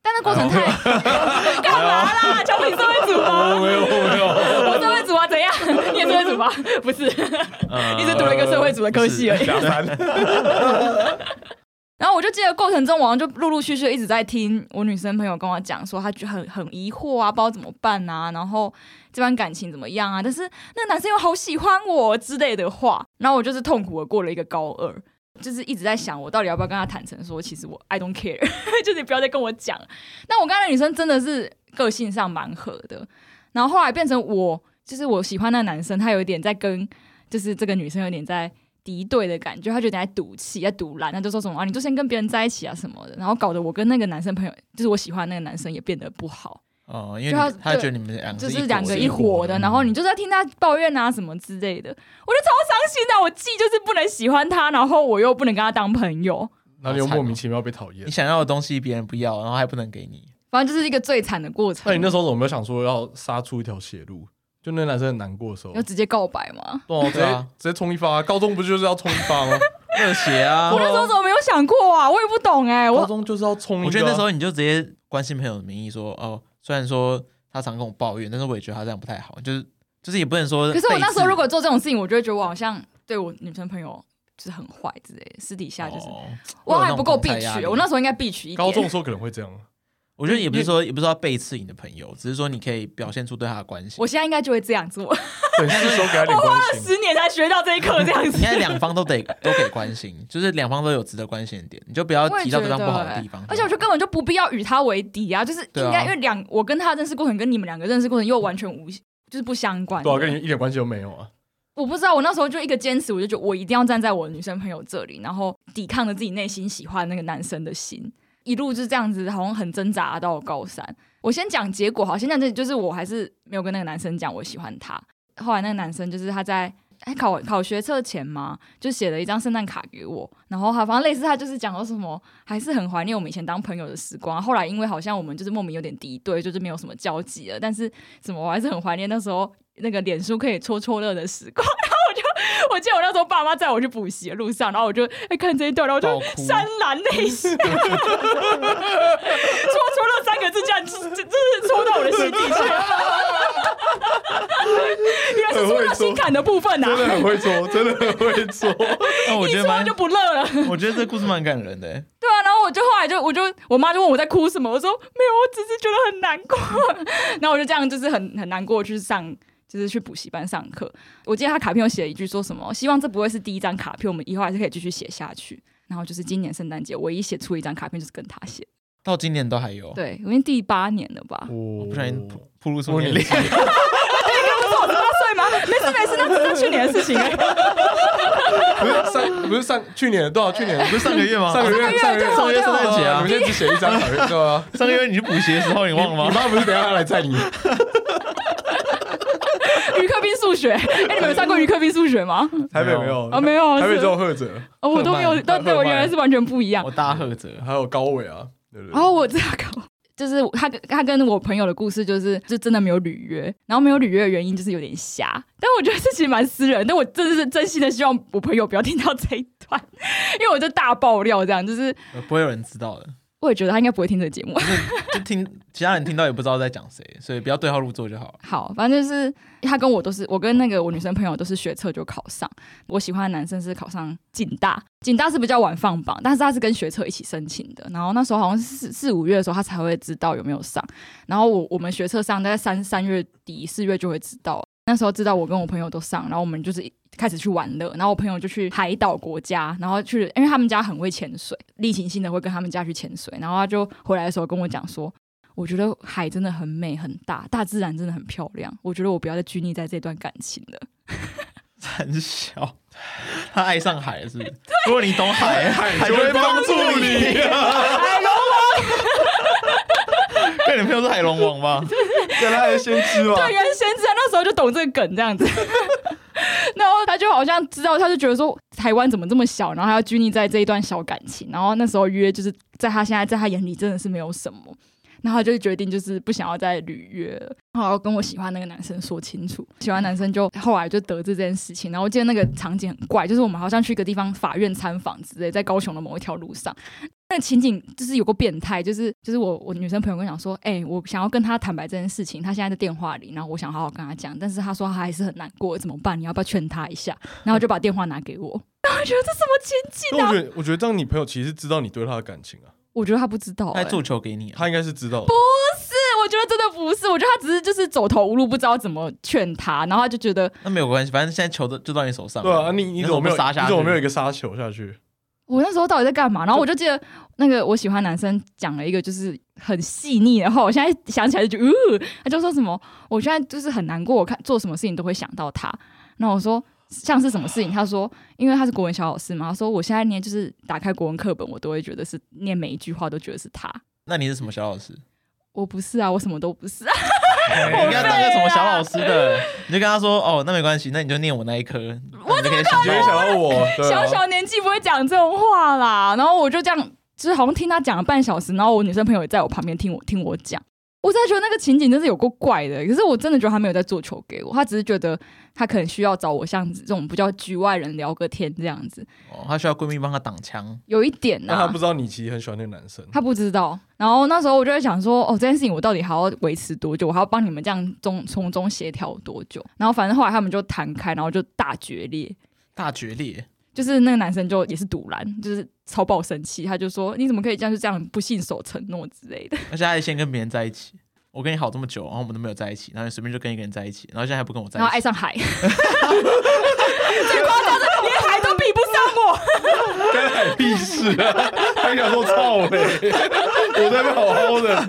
Speaker 3: 但那过程太
Speaker 1: 哦
Speaker 3: 干嘛 啦？瞧你社会组
Speaker 1: 我
Speaker 3: 吗？
Speaker 1: 没有我没有，
Speaker 3: 我社会组啊，怎样？ 你也社会组吧？不是，
Speaker 1: 啊
Speaker 2: 呃
Speaker 3: 一直读了一个社会组的科系而已。
Speaker 1: 假 三，
Speaker 3: 然后我就记得过程中，我好像就陆陆续续一直在听我女生朋友跟我讲说，她就很很疑惑啊，不知道怎么办啊，然后这段感情怎么样啊？但是那个男生又好喜欢我之类的话，然后我就是痛苦的过了一个高二，就是一直在想我到底要不要跟他坦诚说，其实我 I don't care，就是 你不要再跟我讲。那我跟那女生真的是个性上蛮合的，然后后来变成我就是我喜欢那个男生，他有一点在跟就是这个女生有点在敌对的感觉，他觉得你在赌气，在赌烂，他就说什么啊，你就先跟别人在一起啊什么的，然后搞得我跟那个男生朋友，就是我喜欢那个男生也变得不好，
Speaker 2: 哦，因为
Speaker 3: 就他
Speaker 2: 你他觉得你们两个
Speaker 3: 就是
Speaker 2: 哦一
Speaker 3: 两个
Speaker 2: 伙
Speaker 3: 一伙的，
Speaker 1: 嗯
Speaker 3: 然后你就在听他抱怨啊什么之类的，我就超伤心的，我既就是不能喜欢他，然后我又不能跟他当朋友，
Speaker 1: 然后你又莫名其妙被讨厌
Speaker 2: 你。想要的东西别人不要，然后还不能给你，
Speaker 3: 反正就是一个最惨的过程。
Speaker 1: 那你那时候有没有想说要杀出一条血路？就那男生很难过的时候，
Speaker 3: 要直接告白吗？
Speaker 1: 对啊，直
Speaker 2: 对啊
Speaker 1: 接直接冲一发，高中不就是要冲一发吗？
Speaker 2: 热血啊！
Speaker 3: 我那时候怎么没有想过啊？我也不懂 哎、
Speaker 1: 高
Speaker 3: 我
Speaker 1: 中就是要冲一个啊。
Speaker 2: 我觉得那时候你就直接关心朋友的名义说，哦，虽然说他常跟我抱怨，但是我也觉得他这样不太好，就是就是也不能说。
Speaker 3: 可是我那时候如果做这种事情，我就会觉得我好像对我女生朋友就是很坏之类的，私底下就是、
Speaker 2: 哦
Speaker 3: 我还不够
Speaker 2: 会
Speaker 3: 必
Speaker 2: 有那种同侪压
Speaker 3: 取，
Speaker 2: 力
Speaker 3: 我那时候应该必取一点。
Speaker 1: 高中的时候可能会这样，
Speaker 2: 我觉得也不是说也不是说要背刺你的朋友，只是说你可以表现出对他的关心。
Speaker 3: 我现在应该就会这样做，
Speaker 1: 对，是时候给他点关 心。
Speaker 3: 十年才学到这一课，这样子
Speaker 2: 应。该两方都得都给关心， 就是两方都有值得关心的点，你就不要
Speaker 3: 我也
Speaker 2: 提到
Speaker 3: 觉得
Speaker 2: 对方不好的地方。
Speaker 3: 而且我就根本就不必要与他为敌啊，就是
Speaker 2: 对
Speaker 3: 应
Speaker 2: 啊
Speaker 3: 该、因为两我跟他的认识过程跟你们两个认识过程又完全无就是不相关的。
Speaker 1: 对啊，跟你一点关系都没有啊。
Speaker 3: 我不知道，我那时候就一个坚持，我就觉得我一定要站在我的女生朋友这里，然后抵抗着自己内心喜欢那个男生的心，一路就这样子，好像很挣扎到高三。我先讲结果，好，先讲这就是我还是没有跟那个男生讲我喜欢他。后来那个男生就是他在哎考考学测前嘛，就写了一张圣诞卡给我，然后他反正类似他就是讲说什么，还是很怀念我们以前当朋友的时光。啊后来因为好像我们就是莫名有点敌对，就是没有什么交集了，但是什么我还是很怀念那时候那个脸书可以戳戳乐的时光。 然后我就我记得我那时候爸妈载我去补习的路上，然后我就哎看这一段，然后
Speaker 2: 爆
Speaker 3: 我就
Speaker 2: 哭
Speaker 3: 潸然泪下。 戳戳乐三个字，这样这这是戳到我的心底 去了。原来是戳到心坎的部分呐、
Speaker 1: 真的
Speaker 3: 啊。
Speaker 1: 很会说，真的很会说。
Speaker 2: 那哦我
Speaker 3: 一
Speaker 2: 觉得
Speaker 3: 戳
Speaker 2: 蛮
Speaker 3: 就，不乐了，
Speaker 2: 我觉得这故事蛮感人的欸。
Speaker 3: 对啊，然后我就后来就我就我妈就问我在哭什么，我说没有，我只是觉得很难过，然后我就这样就是很很难过去上就是去补习班上课。我记得他卡片有写一句说什么，希望这不会是第一张卡片，我们以后还是可以继续写下去。然后就是今年圣诞节唯一写出一张卡片就是跟他写，
Speaker 2: 到今年都还
Speaker 1: 哦
Speaker 2: 有，
Speaker 3: 对，因为第八年了吧，
Speaker 1: 我
Speaker 2: 不小心铺铺露出年龄。
Speaker 3: 八岁吗？没事没事，那只是去年的事情欸 而已。
Speaker 1: 不是上不是上去年多少去 年 不是上
Speaker 2: 上个月吗？
Speaker 1: 上个月上个月
Speaker 3: 上个月
Speaker 1: 圣诞节
Speaker 2: 对
Speaker 1: 啊，
Speaker 2: 啊
Speaker 1: 你们先只写一张考验对啊。
Speaker 2: 上个月你去补习的时候，你忘了
Speaker 1: 你
Speaker 2: 吗？
Speaker 1: 妈不 是等一下要来载你？
Speaker 3: 余克斌数学，哎、你们有上过余克斌数学吗？
Speaker 1: 台北没有
Speaker 3: 啊，没有，
Speaker 1: 哦台北
Speaker 3: 是
Speaker 1: 只有赫哲，
Speaker 3: 哦，我都没有，
Speaker 2: 赫曼
Speaker 3: 但对
Speaker 1: 赫
Speaker 3: 我
Speaker 1: 曼
Speaker 3: 原来是完全不一样
Speaker 2: 我。大赫哲，
Speaker 1: 还有高伟啊，哦对不
Speaker 3: 然
Speaker 1: 对？
Speaker 3: 后我这个就是他跟他跟我朋友的故事，就是就真的没有履约，然后没有履约的原因就是有点瞎，但我觉得这其实蛮私人，但我真的是真心的希望我朋友不要听到这一段， 因为我就大爆料这样，就是
Speaker 2: 不会有人知道的，
Speaker 3: 我也觉得他应该不会听这个节目。
Speaker 2: 就听其他人听到也不知道在讲谁，所以不要对号入座就好了。
Speaker 3: 好，反正就是他跟我都是，我跟那个我女生朋友都是学测就考上。我喜欢的男生是考上警大，警大是比较晚放榜，但是他是跟学测一起申请的。然后那时候好像是四四五月的时候，他才会知道有没有上。然后我我们学测上大概三三月底四月就会知道，那时候知道我跟我朋友都上，然后我们就是一。开始去玩乐，然后我朋友就去海岛国家，然后去，因为他们家很会潜水，例行性的会跟他们家去潜水，然后他就回来的时候跟我讲说，我觉得海真的很美很大，大自然真的很漂亮。我觉得我不要再拘泥在这段感情了。
Speaker 2: 很小，他爱上海了是不是？ 如果你懂海， 海
Speaker 1: 就会帮助你。
Speaker 2: 对，你朋友是海龙王 吗？
Speaker 1: 对，他还先知嘛
Speaker 3: 对，原先知啊那时候就懂这个梗这样子， 然后他就好像知道，他就觉得说台湾怎么这么小，然后还要拘泥在这一段小感情，然后那时候约就是在他现在在他眼里真的是没有什么，然后他就决定就是不想要再履约了，然后跟我喜欢那个男生说清楚，喜欢男生就后来就得知这件事情，然后我记得那个场景很怪，就是我们好像去一个地方法院参访之类，在高雄的某一条路上。那个情景就是有个变态，就是就是我我女生朋友跟我讲说，哎、我想要跟他坦白这件事情，他现在在电话里，然后我想好好跟他讲，但是他说他还是很难过，怎么办？你要不要劝他一下？然后就把电话拿给我，然后 我觉得这什么情景
Speaker 1: 那
Speaker 3: 啊？
Speaker 1: 我觉得，我觉得这样，你朋友其实知道你对他的感情啊，
Speaker 3: 我觉得他不知道、
Speaker 2: 他
Speaker 3: 哎
Speaker 2: 还做球给你啊，
Speaker 1: 他应该是知道的。
Speaker 3: 是我觉得真的不是，我觉得他只是就是走投无路，不知道怎么劝他，然后他就觉得
Speaker 2: 那没有关系，反正现在球都就到你手上了。
Speaker 1: 对啊，你你怎么没有？
Speaker 2: 那怎么不杀下去
Speaker 1: 你怎么没有一个杀球下去？
Speaker 3: 我那时候到底在干嘛？然后我就记得那个我喜欢男生讲了一个就是很细腻的话，我现在想起来就觉得呃，他就说什么我现在就是很难过，我看做什么事情都会想到他。那我说像是什么事情？他说因为他是国文小老师嘛，他说我现在念就是打开国文课本，我都会觉得是念每一句话都觉得是他。
Speaker 2: 那你是什么小老师？
Speaker 3: 我不是啊，我什么都不是啊。
Speaker 2: 你应该当个什么小老师的，你就跟他说哦，那没关系，那你就念我那一科，我怎么
Speaker 1: 你就会想到我，对
Speaker 3: 小
Speaker 1: 啊
Speaker 3: 小年纪不会讲这种话啦。然后我就这样，就是好像听他讲了半小时，然后我女生朋友也在我旁边听我听我讲。我真的觉得那个情景真是有够怪的，可是我真的觉得他没有在做球给我，他只是觉得他可能需要找我像这种比较局外人聊个天这样子，
Speaker 2: 哦，他需要闺蜜帮他挡枪，
Speaker 3: 有一点呐、
Speaker 1: 但他啊不知道你其实很喜欢那个男生。
Speaker 3: 他不知道。然后那时候我就在想说，哦，这件事情我到底还要维持多久？我还要帮你们这样中从中协调多久？然后反正后来他们就谈开，然后就大决裂。
Speaker 2: 大决裂。
Speaker 3: 就是那个男生就也是堵拦，就是超爆生气，他就说你怎么可以这样就这样不信守承诺之类的。
Speaker 2: 而且他还先跟别人在一起，我跟你好这么久，然后我们都没有在一起，然后你随便就跟一个人在一起，然后现在还不跟我在
Speaker 3: 然
Speaker 2: 一
Speaker 3: 后爱
Speaker 2: 起，
Speaker 3: 上海， 最夸张的连海都比不上我。
Speaker 1: 干海屁事 啊！他想说操 嘞，我在那边好好的。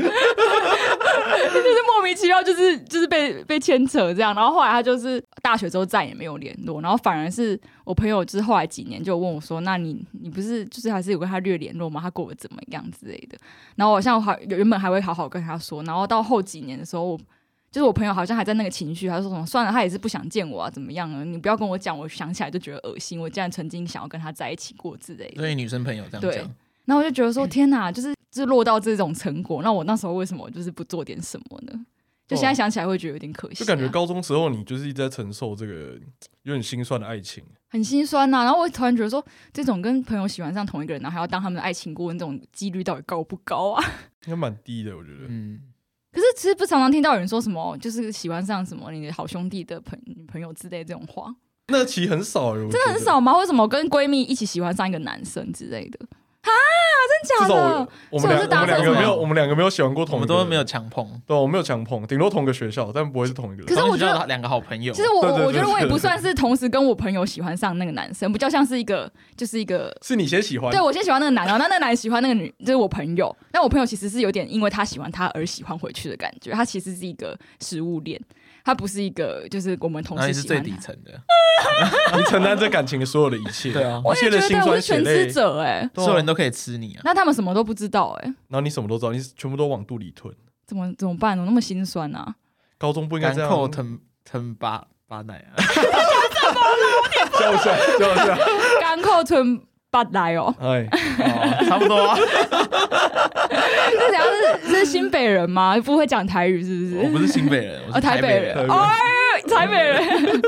Speaker 3: 就是莫名其妙，就是就是被被牵扯这样。然后后来他就是大学之后再也没有联络，然后反而是我朋友，就是后来几年就问我说：“那你你不是就是还是有跟他略联络吗？他过得怎么样之类的？”然后我像我还原本还会好好跟他说，然后到后几年的时候，我就是我朋友好像还在那个情绪，他说什么算了，他也是不想见我啊，怎么样啊？你不要跟我讲，我想起来就觉得恶心，我竟然曾经想要跟他在一起过之类的。
Speaker 2: 所以女生朋友这样
Speaker 3: 对
Speaker 2: 讲，
Speaker 3: 然后我就觉得
Speaker 1: 嗯
Speaker 3: 说，天哪，就是就落到这种成果，那我那时候为什么就是不做点什么呢？就现在想起来会觉得有点可惜
Speaker 1: 哦
Speaker 3: 啊、
Speaker 1: 就感觉高中时候你就是一直在承受这个有点心酸的爱情。
Speaker 3: 很心酸呐、然后我突然觉得说，这种跟朋友喜欢上同一个人，然后还要当他们的爱情顾问，这种几率到底高不高啊？
Speaker 1: 应该蛮低的，我觉得。
Speaker 2: 嗯，
Speaker 3: 可是其实不常常听到有人说什么，就是喜欢上什么你的好兄弟的朋女朋友之类这种话，
Speaker 1: 那其实很少，真欸
Speaker 3: 啊真的很。少吗？为什么跟闺蜜一起喜欢上一个男生之类的？
Speaker 1: 至
Speaker 3: 真假
Speaker 1: 少
Speaker 3: 的
Speaker 1: 我？我们两
Speaker 3: 是
Speaker 1: 我
Speaker 3: 搭
Speaker 1: 们两
Speaker 2: 车
Speaker 1: 个没
Speaker 2: 吗
Speaker 1: 有我们两个没有喜欢过
Speaker 2: 我
Speaker 1: 同一
Speaker 2: 们
Speaker 1: 个人，
Speaker 2: 都没有强碰。
Speaker 1: 对，啊我没有强碰，顶多同个学校，但不会是同一个
Speaker 3: 可
Speaker 1: 人。
Speaker 3: 是我觉得
Speaker 2: 同学校两个好朋友，
Speaker 3: 其实我
Speaker 1: 对对对
Speaker 3: 我我觉得我也
Speaker 1: 对对
Speaker 3: 不算是同时跟我朋友喜欢上那个男生，比较像是一个就是一个。
Speaker 1: 是你先喜欢
Speaker 3: 对，，我先喜欢那个男的，然后那那个男喜欢那个女，就是我朋友。但我朋友其实是有点因为他喜欢他而喜欢回去的感觉，他其实是一个食物链，他不是一个就是我们同
Speaker 2: 然后
Speaker 3: 事
Speaker 2: 你是
Speaker 3: 喜欢啊
Speaker 2: 最
Speaker 3: 他
Speaker 2: 底层
Speaker 1: 啊
Speaker 2: 的，
Speaker 1: 你承担这感情的所有的一切，
Speaker 2: 对啊
Speaker 3: 我
Speaker 1: 一切
Speaker 3: 也
Speaker 1: 的
Speaker 3: 觉
Speaker 1: 辛
Speaker 3: 得我
Speaker 1: 酸
Speaker 3: 是
Speaker 1: 血
Speaker 3: 全
Speaker 1: 泪
Speaker 3: 知，者哎、
Speaker 1: 对啊
Speaker 2: 所有人都可以吃你啊。
Speaker 3: 那他们什么都不知道哎、
Speaker 1: 然后你什么都知道，你全部都往肚里吞。
Speaker 3: 怎么怎么办？我那么心酸啊！
Speaker 1: 高中不应该
Speaker 2: 干
Speaker 1: 这样，
Speaker 2: 扣藤藤巴巴奶 啊，
Speaker 1: 笑一下，笑一 下，
Speaker 3: 干扣吞八来哦，
Speaker 1: 哎，
Speaker 2: 哦差不多啊。
Speaker 3: 这怎样是是新北人吗？不会讲台语是不
Speaker 2: 我
Speaker 3: 是？
Speaker 2: 不是新北人，我
Speaker 3: 哦，
Speaker 2: 是
Speaker 3: 台
Speaker 2: 台
Speaker 3: 北
Speaker 1: 台北
Speaker 2: 人
Speaker 3: 人，
Speaker 1: 人
Speaker 3: 哎呦，台北人。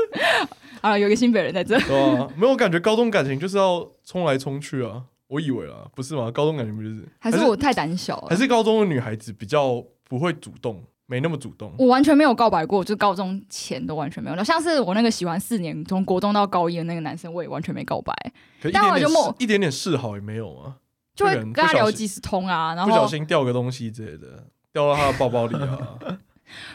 Speaker 3: 好了，有一个新北人在这。
Speaker 1: 对啊，没有我感觉高中感情就是要冲来冲去啊，我以为啦，不是吗？高中感情不就是
Speaker 3: 还是我太胆小
Speaker 1: 还
Speaker 3: 了，
Speaker 1: 是高中的女孩子比较不会主动，没那么主动。
Speaker 3: 我完全没有告白过，就高中前都完全没有。像是我那个喜欢四年，从国中到高一的那个男生，我也完全没告白，
Speaker 1: 可一
Speaker 3: 但
Speaker 1: 点
Speaker 3: 我就
Speaker 1: 点
Speaker 3: 默
Speaker 1: 示一点点示好也没有啊，
Speaker 3: 就会
Speaker 1: 这个人
Speaker 3: 跟他
Speaker 1: 不小心
Speaker 3: 聊即时通啊。然
Speaker 1: 不小
Speaker 3: 后
Speaker 1: 心掉个东西之类的，掉到她的包包里啊。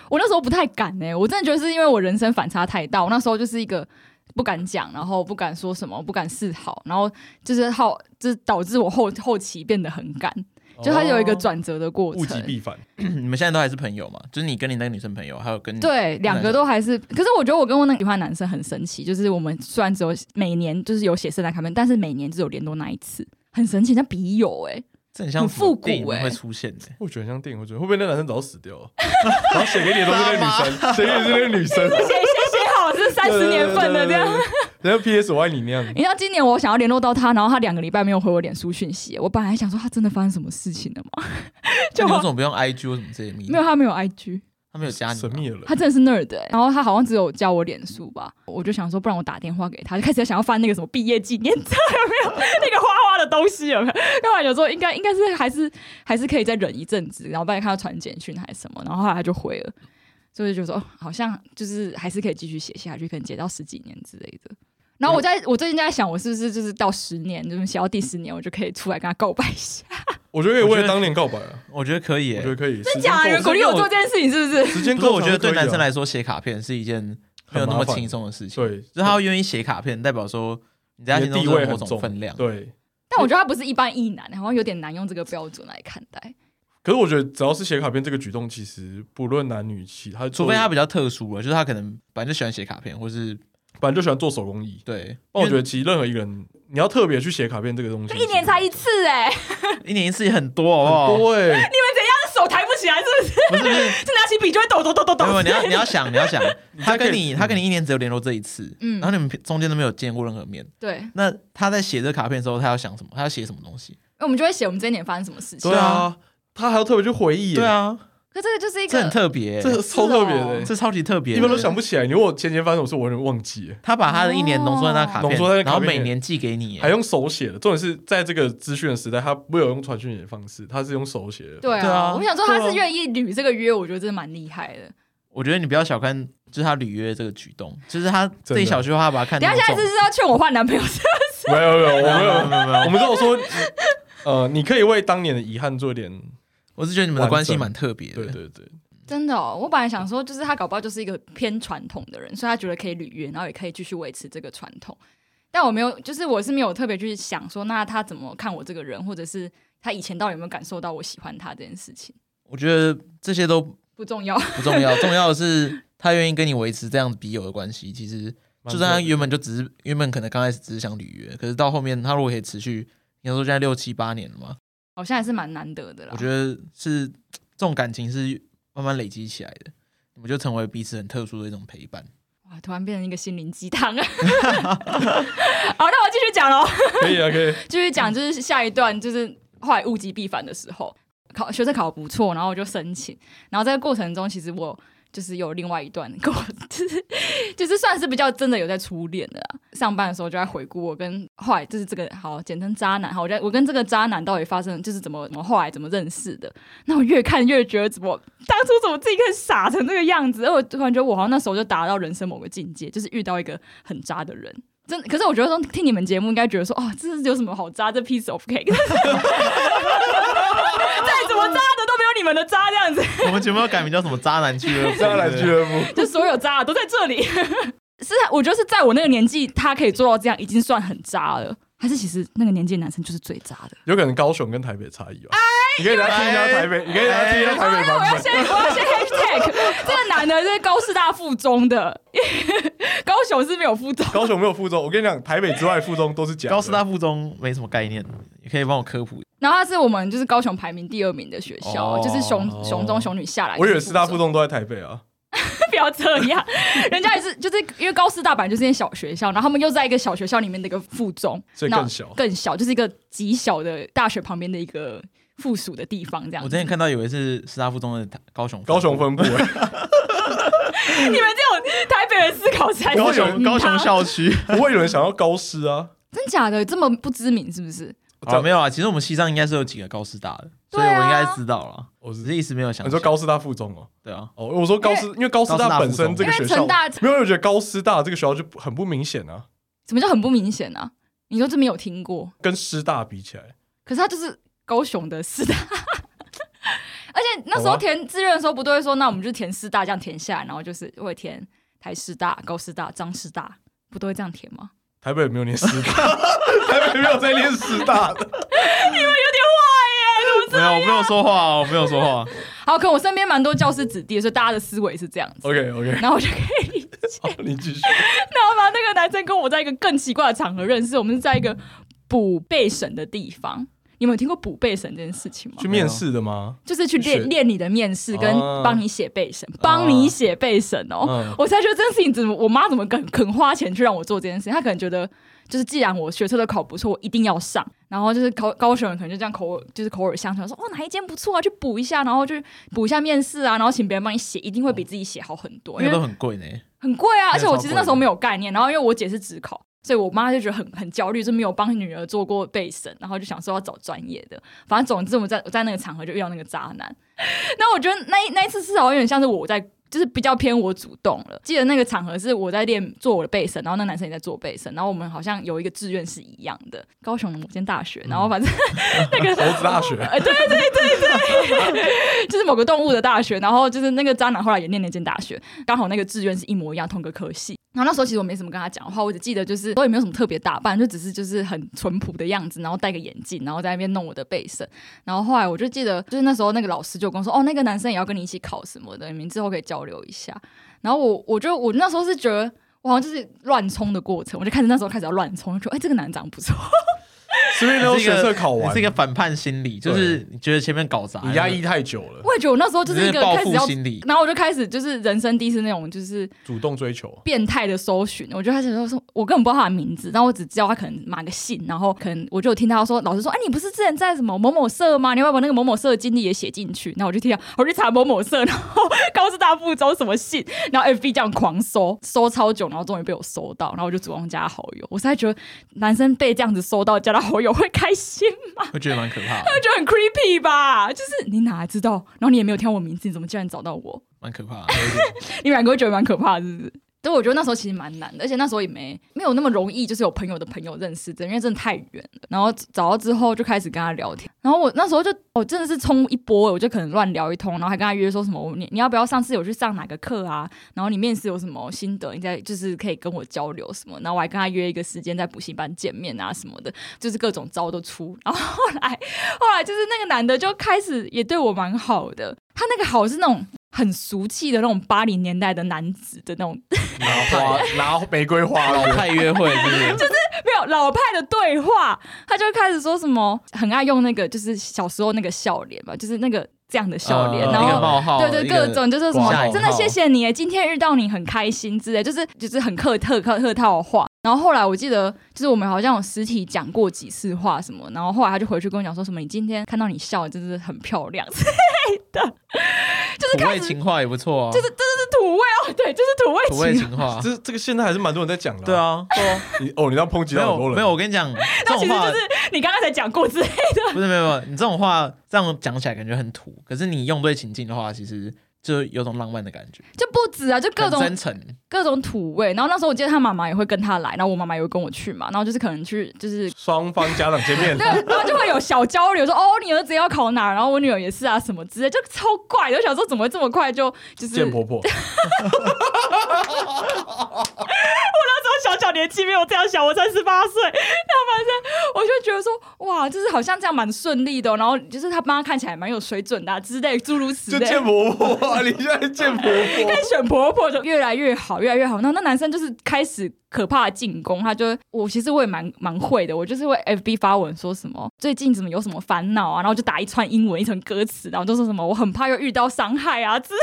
Speaker 3: 我那时候不太敢呢、我真的觉得是因为我人生反差太大，我那时候就是一个不敢讲，然后不敢说什么，不敢示好，然后就是好，就是导致我后后期变得很敢，就它有一个转折的过
Speaker 1: 哦物极
Speaker 3: 程。
Speaker 1: 必反，
Speaker 2: 你们现在都还是朋友嘛？就是你跟你那个女生朋友，还有跟你
Speaker 3: 对，两个都还是，可是我觉得我跟我那个喜欢的男生很神奇，就是我们虽然只有每年就是有写圣诞卡片，但是每年只有联络那一次，很神奇，像笔友哎、
Speaker 2: 这很像
Speaker 3: 很
Speaker 2: 什么
Speaker 3: 复古
Speaker 2: 电影
Speaker 3: 欸
Speaker 2: 会出现的。
Speaker 1: 我觉得很像电影，我觉得会不会那男生早就死掉了？然后写给你的都是那女生，写给你是那个女生，
Speaker 3: 写写写好是三十年份的这样。
Speaker 1: 然后 PS 我爱你那样，
Speaker 3: 你知道今年我想要联络到他，然后他两个礼拜没有回我脸书讯息，我本来想说他真的发生什么事情了吗？
Speaker 2: 就
Speaker 3: 就
Speaker 2: 你为什么不用 IG 或什么这些密
Speaker 3: 没有，他没有 IG，
Speaker 2: 他没有加你
Speaker 1: 神
Speaker 2: 吗。
Speaker 1: 秘的人
Speaker 3: 他。真的是 nerd 欸然后他好像只有加我脸书吧，我就想说，不然我打电话给他，就开始想要翻那个什么毕业纪念册有没有，那个花花的东西有没有？后来有时候应该应该是还是还是可以再忍一阵子，然后不然看他传简讯还是什么，然后后来他就回了，所以就觉得说、哦、好像就是还是可以继续写下去，可能写到十几年之类的。然后我在我最近在想，我是不是就是到十年，就是写到第十年，我就可以出来跟他告白一下？
Speaker 1: 我觉得可以为了当年告白啊，
Speaker 2: 我觉得可以欸，
Speaker 1: 我觉得可以。
Speaker 3: 真假的？有人鼓励我做这件事情是不是？
Speaker 1: 时间
Speaker 2: 不是，
Speaker 1: 够
Speaker 2: 我
Speaker 1: 长就可以啊，
Speaker 2: 觉得对男生来说写卡片是一件没有那么轻松的事情。，
Speaker 1: 对，
Speaker 2: 就是他会愿意写卡片，代表说你在
Speaker 1: 你
Speaker 2: 他心
Speaker 1: 的
Speaker 2: 中
Speaker 1: 地
Speaker 2: 是有
Speaker 1: 位
Speaker 2: 某
Speaker 1: 很
Speaker 2: 种
Speaker 1: 重
Speaker 2: 分量。
Speaker 1: 对，
Speaker 3: 但我觉得他不是一般意男，好像有点难用这个标准来看待。
Speaker 1: 可是我觉得只要是写卡片这个举动，其实不论男女，其他
Speaker 2: 除非他比较特殊了，就是他可能本来就喜欢写卡片，或是
Speaker 1: 本来就喜欢做手工艺，
Speaker 2: 对，
Speaker 1: 哦但我觉
Speaker 2: 因
Speaker 1: 得其实任何一个人，你要特别去写卡片这个东西，
Speaker 3: 一年才一次哎、
Speaker 2: 为一年一次也很多
Speaker 1: 很
Speaker 2: 哦。
Speaker 1: 多哎，
Speaker 3: 手抬不起来，是不是？
Speaker 2: 不是不是，
Speaker 3: 是拿起笔就会抖抖抖抖抖
Speaker 2: 没。有，你要你要想，你 要想，他跟你
Speaker 1: 嗯
Speaker 2: 他跟你一年只有联络这一次，
Speaker 3: 嗯
Speaker 2: 然后你们中间都没有见过任何面。
Speaker 3: 对，
Speaker 2: 那他在写这卡片的时候，他要想什么？他要写什么东西？
Speaker 3: 我们就会写我们这一年发生什么事情。
Speaker 1: 对啊，他还要特别去回忆，
Speaker 2: 对，啊，
Speaker 3: 可这个就是一
Speaker 2: 这很
Speaker 3: 个，
Speaker 2: 特别，欸
Speaker 1: 这超特别的
Speaker 3: 是哦
Speaker 1: 欸，
Speaker 2: 这超级特别，
Speaker 1: 一般都想。不起来。你问我前年发生什么事，我有点忘记了，
Speaker 2: 他把他的一年浓缩在那卡片，
Speaker 1: 浓缩在那
Speaker 2: 然
Speaker 1: 卡
Speaker 2: 后
Speaker 1: 片
Speaker 2: 每
Speaker 1: 里
Speaker 2: 年寄给你。欸
Speaker 1: 还用手写的。重点是在这个资讯的时代，他没有用传讯的方式，他是用手写的。
Speaker 3: 对
Speaker 2: 对啊
Speaker 3: 啊。我想说他
Speaker 2: 对啊
Speaker 3: 是愿意履这个约，我觉得真的蛮厉害的。
Speaker 2: 我觉得你不要小看，就是他履约这个举动，就是他这一小句话把它看得
Speaker 3: 等一
Speaker 2: 那
Speaker 3: 下
Speaker 2: 么
Speaker 3: 下
Speaker 2: 重。
Speaker 3: 一次是要劝我换男朋 友，
Speaker 1: 没有没有，我
Speaker 2: 没有
Speaker 1: 没
Speaker 2: 没有
Speaker 1: 有，
Speaker 2: 没有没有，
Speaker 1: 我们都有说，呃，你可以为当年的遗憾做一点。
Speaker 2: 我是觉得你们的关系蛮特别的。
Speaker 1: 对对对，
Speaker 3: 真的哦。我本来想说，就是他搞不好就是一个偏传统的人，所以他觉得可以履约，然后也可以继续维持这个传统。但我没有，就是我是没有特别去想说，那他怎么看我这个人，或者是他以前到底有没有感受到我喜欢他这件事情，
Speaker 2: 我觉得这些都不
Speaker 3: 不重要。
Speaker 2: 重要，重要的是他愿意跟你维持这样笔友的关系。其实就算他原本就只 是原本可能刚开始只是想履约，可是到后面他如果可以持续，你说现在六七八年了嘛，
Speaker 3: 好像还是蛮难得的啦。
Speaker 2: 我觉得是这种感情是慢慢累积起来的，你们就成为彼此很特殊的一种陪伴。
Speaker 3: 哇，突然变成一个心灵鸡汤。 好，那我继续讲喽，
Speaker 1: 可以啊，可以。
Speaker 3: 继续讲，就是下一段，就是后来物极必反的时候，考学生考得不错，然后我就申请，然后在这个过程中，其实我就是有另外一段跟我就是就是算是比较真的有在初恋的啦。上班的时候就在回顾我跟后来就是这个好简称渣男，好，我在我跟这个渣男到底发生就是怎么怎么后来怎么认识的，那我越看越觉得怎么当初怎么自己可以傻成这个样子？而我突然觉得我好像那时候就达到人生某个境界，就是遇到一个很渣的人。真，可是我觉得说听你们节目应该觉得说，哦，这是有什么好渣？这 piece of cake，再怎么渣的都没有你们的渣这样子，
Speaker 2: 我们节目要改名叫什么“渣男俱乐部”？
Speaker 1: 渣男俱乐部，
Speaker 3: 就所有渣的都在这里。 是，我觉得是在我那个年纪，他可以做到这样，已经算很渣了。还是其实那个年纪的男生就是最渣的。
Speaker 1: 有可能高雄跟台北差
Speaker 3: 哎
Speaker 1: 异吧。你可以来听一下台北，你可以来听一下台北
Speaker 3: 我要
Speaker 1: 版
Speaker 3: 先
Speaker 1: 本。
Speaker 3: 我要先 hashtag 这个男的是高师大附中的， 高雄是没有附中。
Speaker 1: 高雄没有附中，我跟你讲，台北之外附中都是假的。
Speaker 2: 高师大附中没什么概念，你可以帮我科普。
Speaker 3: 然后他是我们就是高雄排名第二名的学校，
Speaker 2: 哦
Speaker 3: 就是雄雄中雄女下来。
Speaker 1: 我以为师大附
Speaker 3: 中，
Speaker 1: 中都在台北啊。
Speaker 3: 不要这 样，人家也是就是因为高师大本来就是一间小学校，然后他们又在一个小学校里面的一个附中，
Speaker 1: 所以
Speaker 3: 那
Speaker 1: 更小
Speaker 3: 更小，就是一个极小的大学旁边的一个附属的地方这样
Speaker 2: 我
Speaker 3: 子。
Speaker 2: 之前看到以为是师大附中的高雄
Speaker 1: 高雄
Speaker 2: 分
Speaker 1: 分部、 欸，
Speaker 3: 你们这种台北人思考才
Speaker 2: 高
Speaker 3: 是
Speaker 2: 雄
Speaker 3: 嗯
Speaker 2: 高雄
Speaker 3: 他
Speaker 2: 校区。
Speaker 1: 不会有人想要高师啊。
Speaker 3: 真假的这么不知名是不是？
Speaker 2: 啊，没有啊，其实我们西藏应该是有几个高师大的，所
Speaker 3: 对啊
Speaker 2: 以我应该知道了。
Speaker 1: 我
Speaker 2: 只
Speaker 1: 是
Speaker 2: 是一时没有想
Speaker 1: 你
Speaker 2: 起来。
Speaker 1: 说高师大附中哦、
Speaker 2: 对啊，
Speaker 1: 哦，我说高师，因为高师大本身这个学
Speaker 3: 因为
Speaker 1: 校
Speaker 3: 成大，
Speaker 1: 没有，我觉得高师大这个学校就很不明显啊，
Speaker 3: 什么叫很不明显啊？你说这没有听过，
Speaker 1: 跟师大比起来，
Speaker 3: 可是他就是高雄的师大， 而且那时
Speaker 1: 好
Speaker 3: 候
Speaker 1: 啊
Speaker 3: 填志愿的时候不都会说，那我们就填师大这样填下来，然后就是会填台师大、高师大、张师大，不都会这样填吗？
Speaker 1: 台北没有念师 大，台北没有在念师大的。
Speaker 2: 没有，我没有说话哦，我没有说话。
Speaker 3: 好，可能我身边蛮多教师子弟的，所以大家的思维是这样子。
Speaker 1: OK OK，
Speaker 3: 然后我就可以 理解，
Speaker 1: 好，你继续。
Speaker 3: 然后把那个男生跟我在一个更奇怪的场合认识，我们是在一个补背审的地方。你们有听过补背审这件事情吗？
Speaker 1: 去面试的吗？
Speaker 3: 就是去
Speaker 1: 是
Speaker 3: 练练你的面试，跟
Speaker 1: 哦
Speaker 3: 帮你写背审，帮你写背审哦。
Speaker 1: 嗯，
Speaker 3: 我才觉得这件事情怎么，我妈怎么肯肯花钱去让我做这件事情？她可能觉得，就是既然我学测都考不错，我一定要上。然后就是高高雄人可能就这样口耳就是口耳相传说，哦哪一间不错啊，去补一下，然后去补一下面试啊，然后请别人帮你写，一定会比自己写好很多，
Speaker 2: 那
Speaker 3: 嗯因
Speaker 2: 个都
Speaker 3: 为
Speaker 2: 很贵呢。
Speaker 3: 很贵啊。
Speaker 2: 那个
Speaker 3: 而且我
Speaker 2: 超
Speaker 3: 其实
Speaker 2: 贵
Speaker 3: 那时候没有概念，然后因为我姐是职考。所以我妈就觉得很很焦虑，就没有帮女儿做过备审，然后就想说要找专业的。反正总之，我在我在那个场合就遇到那个渣男。 那我觉得那一那一次至少有点像是我在，就是比较偏我主动了。记得那个场合是我在练做我的背身，然后那男生也在做背身，然后我们好像有一个志愿是一样的，高雄的某间大
Speaker 2: 嗯
Speaker 3: 学，然后反正那个
Speaker 1: 嗯猴子大学，
Speaker 3: 呃，对对对对，就是某个动物的大学，然后就是那个渣男后来也念那间大学，刚好那个志愿是一模一样，同个科系。然后那时候其实我没什么跟他讲话，我只记得就是我也没有什么特别打扮，就只是就是很淳朴的样子，然后戴个眼镜，然后在那边弄我的背身。然后后来我就记得，就是那时候那个老师就跟我说，哦，那个男生也要跟你一起考什么的，你们之后可以交流一下。然后我我就我那时候是觉得。我好像就是乱冲的过程，我就开始那时候开始要乱冲，就觉得哎、这个男长得不错，
Speaker 1: 是不是都
Speaker 2: 你是一
Speaker 1: 学测
Speaker 2: 个
Speaker 1: 考
Speaker 2: 你
Speaker 1: 完
Speaker 2: 是一，个反叛心理，就是你觉得前面搞砸，
Speaker 1: 你压抑太久了，
Speaker 3: 我也觉得我那时候就是一个
Speaker 2: 报
Speaker 3: 开始
Speaker 2: 复
Speaker 3: 要
Speaker 2: 心理。
Speaker 3: 然后我就开始就是人生第一次那种就是
Speaker 1: 主动追求。
Speaker 3: 变态的搜寻，我就开始说说，我根本不知道他的名字，但我只知道他可能买个信，然后可能我就有听到他说，老师说，哎、你不是之前在什么某某社吗？你要不要把那个某某社的经历也写进去？然后我就听到，我去查某某社，然后 高师大附中什么信，然后 FB 这样狂搜，搜超久，然后终于被我搜到，然后我就主动加他好友。我现在觉得男生被这样子搜到加他好友会开心吗？
Speaker 2: 会觉得蛮可怕的，
Speaker 3: 就很 creepy 吧？就是你哪知道？然后你也没有听到我名字，你怎么竟然找到我？
Speaker 2: 蛮可怕的。有一点
Speaker 3: 你们两个会觉得蛮可怕的，是不是？但我觉得那时候其实蛮难的，而且那时候也没没有那么容易，就是有朋友的朋友认识的，因为真的太远了。然后找到之后就开始跟他聊天，然后我那时候就我真的是冲一波，我就可能乱聊一通，然后还跟他约说什么我你你要不要上次有去上哪个课啊？然后你面试有什么心得？你再就是可以跟我交流什么？然后我还跟他约一个时间在补习班见面啊什么的，就是各种招都出。然后后来后来就是那个男的就开始也对我蛮好的，他那个好是那种很俗气的那种八零年代的男子的那种，
Speaker 1: 拿花， 拿玫瑰花，
Speaker 2: 老派约会是不是？
Speaker 3: 没有老派的对话，他就开始说什么很爱用那个就是小时候那个笑脸吧，就是那个这样的笑脸，
Speaker 2: 呃
Speaker 3: 然
Speaker 2: 一个
Speaker 3: 后。
Speaker 2: 冒号，
Speaker 3: 对对，
Speaker 2: 一个
Speaker 3: 各种就是什么
Speaker 2: 挂号，
Speaker 3: 真的谢谢你，今天遇到你很开心之类，就是就是很客特客客套的话。然后后来我记得，就是我们好像有实体讲过几次话什么，然后后来他就回去跟我讲说什么，你今天看到你笑真是很漂亮 之类的，就是
Speaker 2: 土
Speaker 3: 开
Speaker 2: 味
Speaker 3: 始
Speaker 2: 情话也不错啊，
Speaker 3: 就是这是土味哦，对，就是土味
Speaker 2: 土
Speaker 3: 情
Speaker 2: 味情 话。
Speaker 1: 这这个现在还是蛮多人在讲的。
Speaker 2: 对，啊，
Speaker 1: 你哦，你这样抨击
Speaker 2: 没
Speaker 1: 到很
Speaker 2: 有
Speaker 1: 多人。
Speaker 2: 没有，我跟你讲，这
Speaker 3: 那其
Speaker 2: 种
Speaker 3: 实
Speaker 2: 话
Speaker 3: 就是你刚刚才讲过之类的，
Speaker 2: 不是没有没有，你这种话这样讲起来感觉很土，可是你用对情境的话，其实就有种浪漫的感觉，
Speaker 3: 就不止啊，就各
Speaker 2: 很
Speaker 3: 种
Speaker 2: 真诚。
Speaker 3: 各种土味。然后那时候我记得他妈妈也会跟他来，然后我妈妈也会跟我去嘛，然后就是可能去就是
Speaker 1: 双方家长见面，
Speaker 3: 对，然后就会有小交流，说哦，你儿子要考哪，然后我女儿也是啊，什么之类，就超怪的。我想说怎么会这么快就就是
Speaker 1: 见婆婆，
Speaker 3: 那时候小小年纪没有这样想，我才十八岁，那反正我就觉得说哇，就是好像这样蛮顺利的哦、然后就是他妈看起来蛮有水准的、啊、之类，诸如此
Speaker 1: 就
Speaker 3: 类。
Speaker 1: 见婆婆 啊！你现在见婆婆，
Speaker 3: 选婆婆就越来越好，越来越好。然后那男生就是开始可怕的进攻，他就我其实我也蛮蛮会的，我就是会 FB 发文说什么最近怎么有什么烦恼啊，然后就打一串英文一层歌词，然后就说什么我很怕又遇到伤害啊之类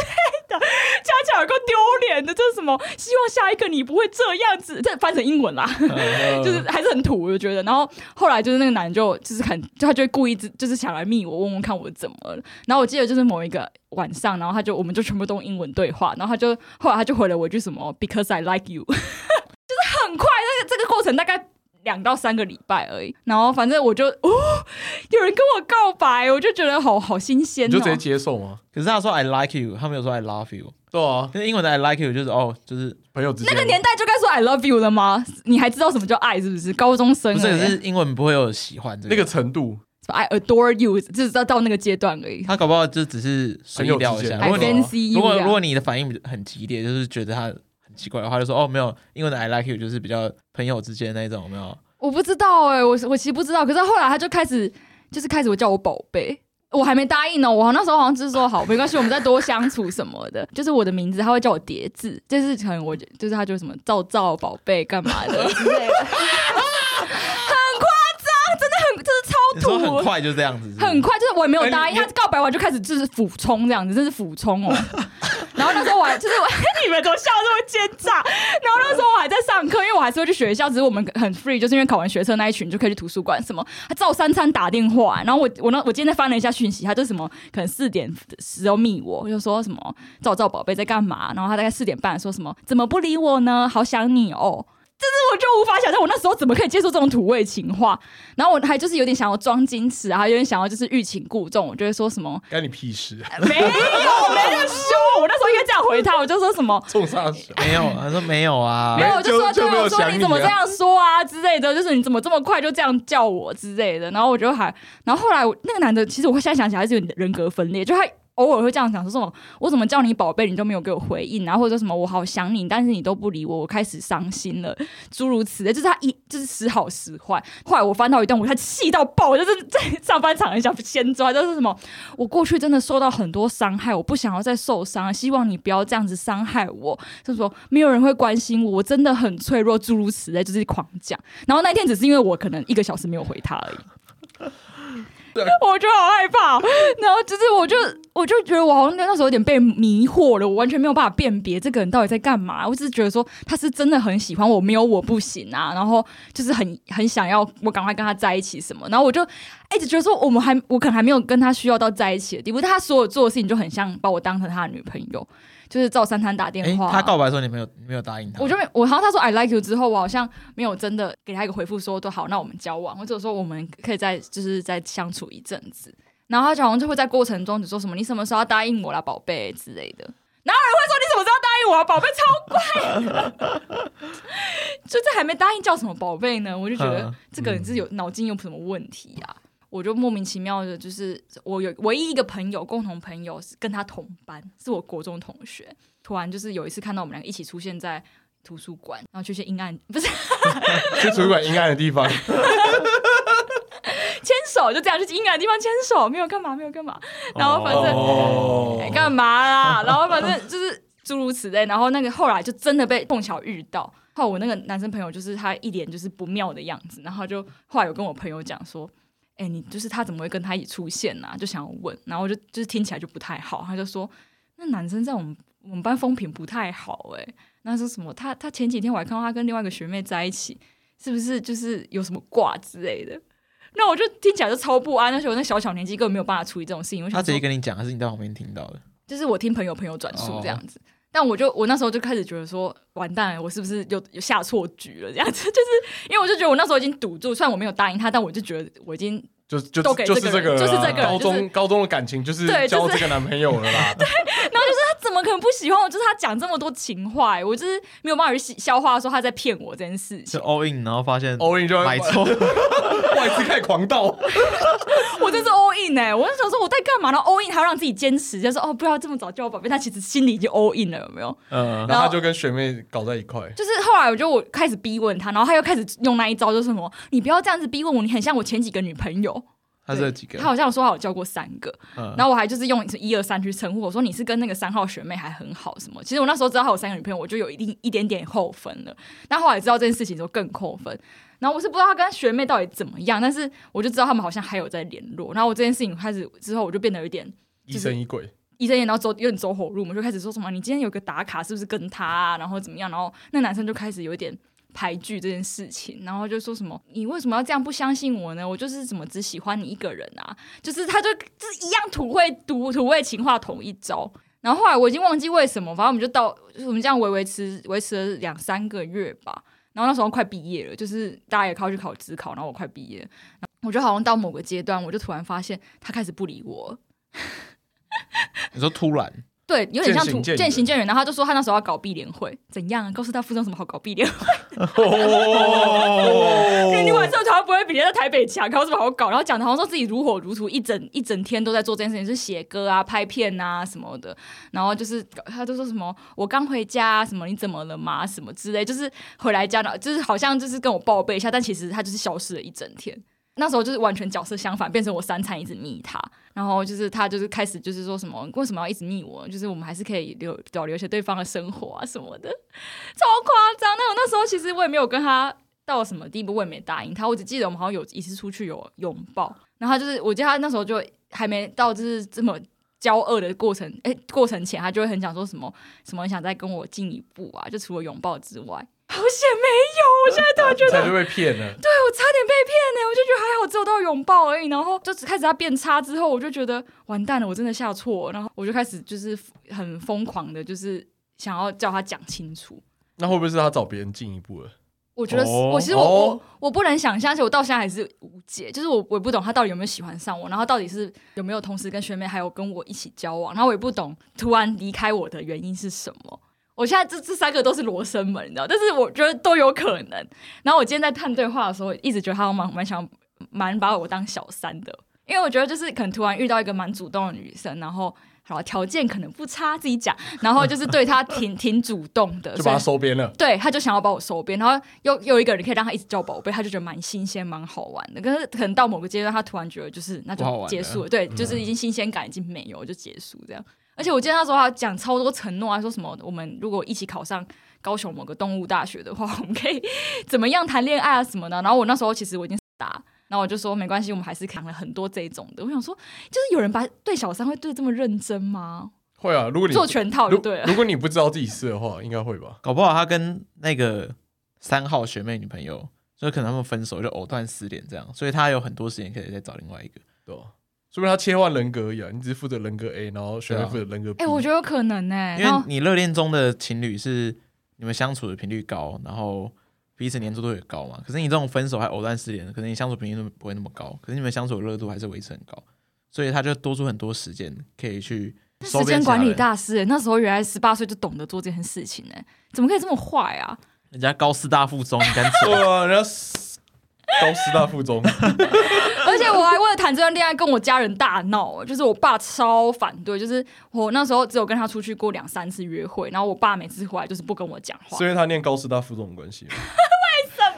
Speaker 3: 的，加起来有个丢脸的，就是什么希望下一个你不会这样子，这翻成英文啦，就是还是很土，我就觉得。然后后来就是那个男就就是很，就他就会故意就就是想来密我，问问看我怎么了。然后我记得就是某一个晚上，然后他就我们就全部都用英文对话，然后他就后来他就回了我一句什么 “because I like you”，就是 很快，那个这个过程大概。两到三个礼拜而已，然后反正我就哦，有人跟我告白，我就觉得好好新鲜、哦。
Speaker 1: 你就直接接受吗？
Speaker 2: 可是他说 I like you，他没有说 I love you。
Speaker 1: 对啊，
Speaker 2: 可是英文的 I like you 就是哦，就是
Speaker 1: 朋友之间
Speaker 3: 那个年代就该说 I love you 了吗？你还知道什么叫爱是不是？高中生
Speaker 2: 不是
Speaker 3: 而已
Speaker 2: 可是英文不会有喜欢这
Speaker 1: 那个程度，
Speaker 3: 什么 I adore you，就是到到那个阶段而已。
Speaker 2: 他搞不好就只是随意聊一啊下。
Speaker 1: 朋
Speaker 2: 如
Speaker 1: 友
Speaker 2: 果
Speaker 1: 之间
Speaker 2: 你
Speaker 3: fancy
Speaker 2: 如
Speaker 3: you
Speaker 2: 果
Speaker 3: 这
Speaker 2: 如果
Speaker 3: 样。
Speaker 2: 你的反应很激烈，就是觉得他很奇怪的话，就说哦没有，英文的 I like you 就是比较朋友之间那一种，有没有？
Speaker 3: 我不知道哎、我我其实不知道，可是后来他就开始就是开始我叫我宝贝。我还没答应呢，我那时候好像就是说好，没关系，我们再多相处什么的。 就是我的名字，他会叫我叠字，就是可能我就是他就什么赵赵宝贝干嘛的之 类的，很夸张，真的很
Speaker 2: 你
Speaker 3: 就
Speaker 2: 说
Speaker 3: 是超土，
Speaker 2: 很快就这样子是不是
Speaker 3: 很快，就是我也没有答应，
Speaker 1: 哎
Speaker 3: 他告白完就开始就是俯冲这样子，真是俯冲哦。 然后那时候我还就是我， 你们怎么笑这么奸诈？然后那时候我还在上课，因为我还是会去学校，只是我们很 free，就是因为考完学测那一群就可以去图书馆什么。他照三餐打电话，然后我 我那我今天翻了一下讯息，他就什么可能四点哦时候密我，就说什么赵赵宝贝在干嘛？然后他大概四点半说什么怎么不理我呢？好想你哦。我就无法想象我那时候怎么可以接受这种土味情话，然后我还就是有点想要装矜持啊，还有点想要就是欲擒故纵，我就会说什么、
Speaker 1: 干你屁事，啊
Speaker 3: 哎 没有没有凶我，我那时候应该这样回他，我就说什么。
Speaker 1: 冲啊上去。
Speaker 2: 没有，他说没有啊
Speaker 3: 没，有，我就说
Speaker 1: 就就
Speaker 3: 对
Speaker 1: 没
Speaker 3: 啊，
Speaker 1: 有
Speaker 3: 我说
Speaker 1: 想
Speaker 3: 你
Speaker 1: 你
Speaker 3: 怎么
Speaker 1: 啊
Speaker 3: 这样说啊之类的，就是你怎么这么快就这样叫我之类的。然后我就还，然后后来我那个男的，其实我现在想起来还是有点人格分裂，就他偶尔会这样想，说什么我怎么叫你宝贝，你都没有给我回应，然啊后或者说什么我好想你，但是你都不理我，我开始伤心了，诸如此类，就是他一就是时好时坏。后来我翻到一段，我他气到爆，我就是在上半场很想掀桌，就是什么我过去真的受到很多伤害，我不想要再受伤，希望你不要这样子伤害我。就说没有人会关心我，我真的很脆弱，诸如此类，就是狂讲。然后那天只是因为我可能一个小时没有回他而已。我就好害怕，然后就是我就我就觉得我好像那时候有点被迷惑了，我完全没有办法辨别这个人到底在干嘛。我只是觉得说他是真的很喜欢我，没有我不行啊，然后就是很很想要我赶快跟他在一起什么，然后我就一直觉得说我们还我可能还没有跟他需要到在一起的地步，但他所有做的事情就很像把我当成他的女朋友，就是赵三三打
Speaker 2: 哎
Speaker 3: 电，话啊、
Speaker 2: 他告白的时候你没有你没有答应他，
Speaker 3: 我就没我，然后他说 I like you 之后，我好像没有真的给他一个回复说都好，那我们交往，或者说我们可以再就是再相处一阵子。然后他就好像就会在过程中只说什么你什么时候要答应我啦，宝贝之类的。哪有人会说你什么时候要答应我啊，宝贝？超怪的，就是还没答应叫什么宝贝呢？我就觉得
Speaker 2: 嗯
Speaker 3: 这个人是有脑筋有什么问题啊？我就莫名其妙的，就是我有唯一一个朋友，共同朋友是跟他同班，是我国中同学。突然就是有一次看到我们两个一起出现在图书馆，然后去一些阴暗，不是
Speaker 1: 去图书馆阴暗的地方，
Speaker 3: 牵手，就这样去阴暗的地方牵手，没有干嘛，没有干嘛，然后反正
Speaker 1: 哦
Speaker 3: 哎干、嘛啦？然后反正就是诸如此类。然后那个后来就真的被碰巧遇到。后来我那个男生朋友就是他一脸就是不妙的样子，然后就后来有跟我朋友讲说。哎、你就是他怎么会跟他一起出现呢、啊？就想要问，然后我就就是听起来就不太好，他就说那男生在我们我们班风评不太好、哎，那说什么他他前几天我还看到他跟另外一个学妹在一起，是不是就是有什么挂之类的？那我就听起来就超不安，而且我那小小年纪根本没有办法处理这种事情。我想
Speaker 2: 他直
Speaker 3: 说
Speaker 2: 接跟你讲，还是你在旁边听到的？
Speaker 3: 就是我听朋友朋友转述这样子。但我就我那时候就开始觉得说，完蛋了，我是不是又又下错局了？这样子， 就是因为我就觉得我那时候已经堵住，虽然我没有答应他，但我就觉得我已经啊
Speaker 1: 就就
Speaker 3: 都给
Speaker 1: 就
Speaker 3: 这
Speaker 1: 是
Speaker 3: 个人
Speaker 1: 个人啊，
Speaker 3: 就是这个人
Speaker 1: 高
Speaker 3: 就是
Speaker 1: 中高中的感情就是
Speaker 3: 对就
Speaker 1: 交
Speaker 3: 是
Speaker 1: 这个男朋友了啦，
Speaker 3: 怎么可能不喜欢我？就是他讲这么多情话、欸，我就是没有办法去消化说他在骗我这件事
Speaker 2: 就
Speaker 3: 情。
Speaker 2: all in，然后发现
Speaker 1: all in 就会
Speaker 2: 买错，
Speaker 1: 外资开始狂倒，
Speaker 3: 我真是 all in 哎、我就想说我在干嘛呢？all in 还要让自己坚持，就是哦，不要这么早叫我宝贝。但其实心里已经 all in 了，有没有？
Speaker 2: 嗯，
Speaker 1: 然后他就跟学妹搞在一块。
Speaker 3: 就是后来我就我开始逼问他，然后他又开始用那一招，就是什么你不要这样子逼问我，你很像我前几个女朋友。
Speaker 2: 他这几个
Speaker 3: 他，好像有说好交过三个，
Speaker 2: 嗯
Speaker 3: 然后我还就是用一二三去称呼，我说你是跟那个三号学妹还很好什么？其实我那时候知道他有三个女朋友，我就有一定一点点扣分了。但后来知道这件事情之后更扣分。然后我是不知道他跟学妹到底怎么样，但是我就知道他们好像还有在联络。然后我这件事情开始之后，我就变得有点
Speaker 1: 疑神疑 鬼，
Speaker 3: 疑神疑，然后走有点走火入魔，就开始说什么你今天有个打卡是不是跟他、啊，然后怎么样？然后那男生就开始有一点。排拒这件事情，然后就说什么你为什么要这样不相信我呢？我就是怎么只喜欢你一个人啊？就是他就就是一样土味毒土味情话同一招。然后后来我已经忘记为什么，反正我们就到就是我们这样维维持维持了两三个月吧。然后那时候快毕业了，就是大家也靠去考职考，然后我快毕业，然后我就好像到某个阶段，我就突然发现他开始不理我了。
Speaker 2: 你说突然，
Speaker 3: 对，有点像
Speaker 1: 渐行
Speaker 3: 土
Speaker 1: 渐远
Speaker 3: 渐行渐远。然后他就说他那时候要搞毕联会，怎样、啊？告诉他附中有什么好搞毕联会？
Speaker 1: 哦
Speaker 2: 哦
Speaker 3: 因为你晚上才不会比人家在台北强，搞什么好搞？然后讲的好像说自己如火如荼，一整一整天都在做这件事情，就是写歌啊、拍片啊什么的。然后就是他就说什么我刚回家、什么你怎么了嘛什么之类，就是回来家了，就是好像就是跟我报备一下，但其实他就是消失了一整天。那时候就是完全角色相反，变成我三餐一直密他，然后就是他就是开始就是说什么为什么要一直密我？就是我们还是可以留保留一些对方的生活啊什么的，超夸张。那我那时候其实我也没有跟他到什么地步，我也没答应他，我只记得我们好像有一次出去有拥抱，然后他就是我记得他那时候就还没到就是这么。交恶的过程，哎、过程前他就会很想说什么什么想再跟我进一步啊，就除了拥抱之外，好险没有，我现在突然觉得
Speaker 1: 才就被骗了。
Speaker 3: 对我差点被骗呢、我就觉得还好，只有到拥抱而已。然后就只开始他变差之后，我就觉得完蛋了，我真的下错了。然后我就开始就是很疯狂的，就是想要叫他讲清楚。
Speaker 1: 那会不会是他找别人进一步了？
Speaker 3: 我觉得是、
Speaker 2: 哦
Speaker 3: 我其实我、
Speaker 1: 哦
Speaker 3: 我我不能想象，而且我到现在还是无解，就是我我也不懂他到底有没有喜欢上我，然后到底是有没有同时跟学妹还有跟我一起交往，然后我也不懂突然离开我的原因是什么。我现在这这三个都是罗生门，你知道，但是我觉得都有可能。然后我今天在看对话的时候，一直觉得他蛮蛮想蛮把我当小三的，因为我觉得就是可能突然遇到一个蛮主动的女生，然后好啦条件可能不差，自己讲，然后就是对她挺挺主动的，
Speaker 1: 就
Speaker 3: 所
Speaker 1: 把
Speaker 3: 以
Speaker 1: 他收编了。
Speaker 3: 对，他就想要把我收编，然后又又有一个人可以让他一直叫宝贝，他就觉得蛮新鲜、蛮好玩的。可是可能到某个阶段，他突然觉得就是那
Speaker 2: 不好玩嗯
Speaker 3: 就
Speaker 2: 了
Speaker 3: 结束了，对，就是已经新鲜感已经没有，就结束这样。而且我记得那时候他讲超多承诺啊，说什么我们如果一起考上高雄某个动物大学的话，我们可以怎么样谈恋爱啊什么的。然后我那时候其实我已经打，然后我就说没关系，我们还是扛了很多这种的。我想说，就是有人把对小三会对这么认真吗？
Speaker 1: 会啊，如果你
Speaker 3: 做全套就
Speaker 1: 如
Speaker 3: 对了。
Speaker 1: 如果你不知道自己是的话，应该会吧？
Speaker 2: 搞不好他跟那个三号学妹女朋友，就可能他们分手就藕断丝连这样，所以他有很多时间可以再找另外一个。
Speaker 1: 对吧？说明他切换人格而已啊，你只是负责人格 A，然后学妹负责人格 B。
Speaker 3: 哎、我觉得有可能哎、
Speaker 2: 因
Speaker 3: 然后
Speaker 2: 为你热恋中的情侣是你们相处的频率高，然后彼此粘着度也高嘛。可是你这种分手还藕断丝连，可能你相处频率都不会那么高，可是你们相处的热度还是维持很高，所以他就多出很多时间可以去收编
Speaker 3: 时间
Speaker 2: 其他
Speaker 3: 管理
Speaker 2: 人
Speaker 3: 大师、欸，那时候原来十八岁就懂得做这件事情呢、怎么可以这么坏啊？
Speaker 2: 人家高师大附中，你敢扯？
Speaker 1: 对啊，人家是高师大附中，
Speaker 3: 而且我还为了谈这段恋爱跟我家人大闹、欸就是我爸超反对，就是我那时候只有跟他出去过两三次约会，然后我爸每次回来就是不跟我讲话
Speaker 1: 是。因为他念高师大附中的关系吗。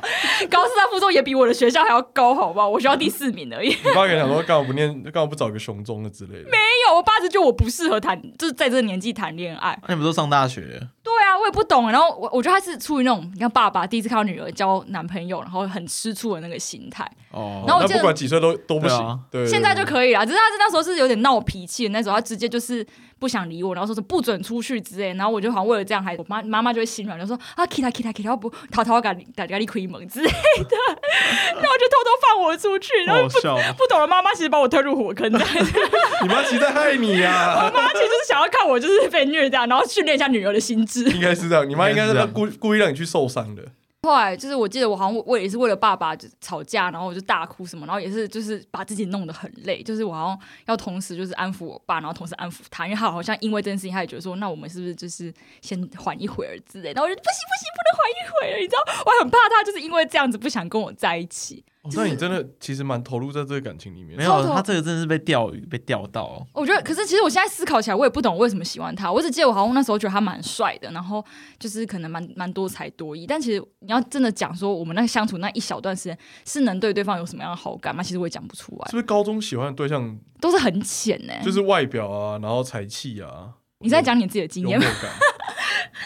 Speaker 3: 高师大附中也比我的学校还要高，好不好？我学校第四名而已。
Speaker 1: 你爸可能想说，干嘛不念，干嘛不找个雄中的之类的？
Speaker 3: 没有，我爸就觉得我不适合谈，就是在这个年纪谈恋爱。
Speaker 2: 那、你们都上大学了，
Speaker 3: 对啊，我也不懂。然后我我觉得他是出于那种，你看爸爸第一次看到女儿交男朋友，然后很吃醋的那个心态。
Speaker 2: 哦，
Speaker 3: 然后我
Speaker 1: 那
Speaker 3: 记得
Speaker 1: 不管几岁都都不
Speaker 2: 对啊
Speaker 1: 行。对，
Speaker 3: 现在就
Speaker 1: 以。
Speaker 3: 可以了，只是他是那时候是有点闹脾气的那种，他直接就是不想理我，然后说是不准出去之类，然后我就好像为了这样还我妈妈妈就会心软，就说啊，kita kita kita，不淘淘给打给你亏门之类的，那我就偷偷放我出去，然后
Speaker 2: 好笑哦。
Speaker 3: 不懂了，妈妈其实把我推入火坑，这样子
Speaker 1: 你妈其实在害你 呀、啊，
Speaker 3: 妈其实就是想要看我就是被虐这样，然后训练一下女儿的心智。
Speaker 1: 应该是这样。你妈应该是
Speaker 2: 应该是这样
Speaker 1: 故故意让你去受伤的。
Speaker 3: 后来就是我记得我好像我也是为了爸爸就吵架，然后我就大哭什么，然后也是就是把自己弄得很累，就是我好像要同时就是安抚我爸，然后同时安抚他，因为他好像因为这件事情，他也觉得说那我们是不是就是先缓一会儿之类的，然后我就不行不行不能缓一会儿，你知道我很怕他就是因为这样子不想跟我在一起，
Speaker 1: 哦那你真的其实蛮投入在这个感情里面，
Speaker 2: 没
Speaker 3: 超
Speaker 2: 有，
Speaker 3: 头
Speaker 2: 他这个真的是被钓鱼，被钓到。
Speaker 3: 我觉得，可是其实我现在思考起来，我也不懂为什么喜欢他。我只记得我好像那时候觉得他蛮帅的，然后就是可能蛮蛮多才多艺。但其实你要真的讲说，我们那相处那一小段时间是能对对方有什么样的好感吗？其实我也讲不出来
Speaker 1: 是，不是高中喜欢的对象
Speaker 3: 都是很浅呢、
Speaker 1: 就是外表啊，然后才气啊？
Speaker 3: 哎你在讲你自己的经
Speaker 1: 幽
Speaker 3: 验
Speaker 1: 默
Speaker 3: 吗？
Speaker 1: 感？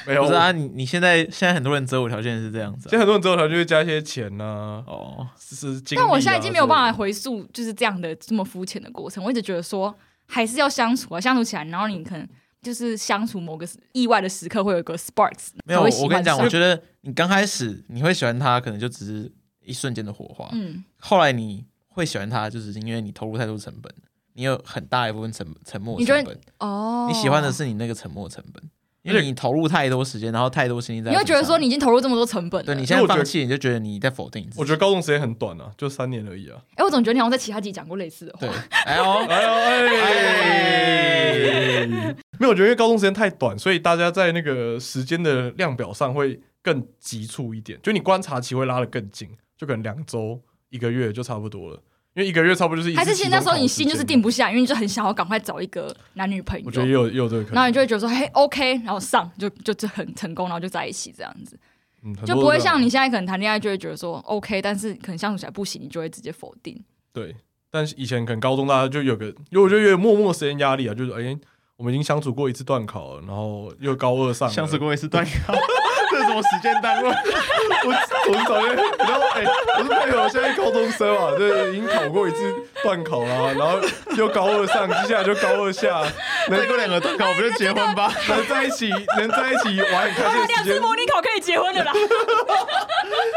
Speaker 1: 没有，
Speaker 2: 不是啊，
Speaker 1: 我
Speaker 2: 你你现在现在很多人择偶条件是这样子
Speaker 1: 现
Speaker 2: 啊、
Speaker 1: 在很多人择偶条就会加一些钱呐、啊，
Speaker 2: 哦，
Speaker 1: 是是经历啊。
Speaker 3: 但我现在已经没有办
Speaker 1: 法。
Speaker 3: 法回溯就是这样的这么肤浅的过程。我一直觉得说，还是要相处啊，相处起来，然后你可能就是相处某个意外的时刻会有一个 sparks。
Speaker 2: 没有，
Speaker 3: 才会喜
Speaker 2: 我跟
Speaker 3: 欢
Speaker 2: 你讲，
Speaker 3: 上
Speaker 2: 我觉得你刚开始你会喜欢他，可能就只是一瞬间的火花。
Speaker 3: 嗯，
Speaker 2: 后来你会喜欢他，就只是因为你投入太多成本，你有很大一部分沉沉默
Speaker 3: 你觉得
Speaker 2: 成本。
Speaker 3: 哦，
Speaker 2: 你喜欢的是你那个沉默成本，因
Speaker 1: 而
Speaker 2: 为
Speaker 1: 且
Speaker 2: 你投入太多时间，然后太多心力在
Speaker 3: 哦你
Speaker 2: 他
Speaker 3: 会
Speaker 2: 身上。
Speaker 3: 觉得说你已经投入这么多成本了，
Speaker 2: 对你
Speaker 1: 因
Speaker 2: 现
Speaker 1: 为我觉
Speaker 2: 在
Speaker 1: 得
Speaker 2: 放弃，你就觉得你在否定你自己。
Speaker 1: 我觉得高中时间很短啊，就三年而已啊。
Speaker 3: 哎、我总觉得你好像在其他集讲过类似的话。
Speaker 2: 对， 哎呦，
Speaker 1: 哎呦哎，没有，我觉得因为高中时间太短，所以大家在那个时间的量表上会更急促一点，就你观察期会拉得更近，就可能两周、一个月就差不多了，因为一个月差不多就是一次
Speaker 3: 还是其实那时候你心就是定
Speaker 1: 不，
Speaker 3: 不下来，因为你就很想要赶快找一个男女朋
Speaker 1: 我觉得
Speaker 3: 友
Speaker 1: 也，有也有这个可
Speaker 3: 然
Speaker 1: 能，
Speaker 3: 后你就会觉得说，嘿，OK，然后上就就就很成功，然后就在一起这样子，
Speaker 1: 嗯
Speaker 3: 就不会像你现在可能谈恋爱就会觉得说 OK，但是可能相处起来不行，你就会直接否定。
Speaker 1: 对，但是以前可能高中大家就有个，因为我觉得有点默默时间压力啊，就是哎、我们已经相处过一次段考了，然后又高二上了，
Speaker 4: 相处过一次断考， 这是什么时间单位？
Speaker 1: 我我是讨厌，然后哎、我是朋友，现在高中生嘛，对，已经考过一次段考啦，然后又高二上，接下来就高二下，
Speaker 4: 再过两个断考，我们就结婚吧。
Speaker 1: 能在一起，能在一起玩很开心的时间，
Speaker 3: 拟考可以结婚的啦，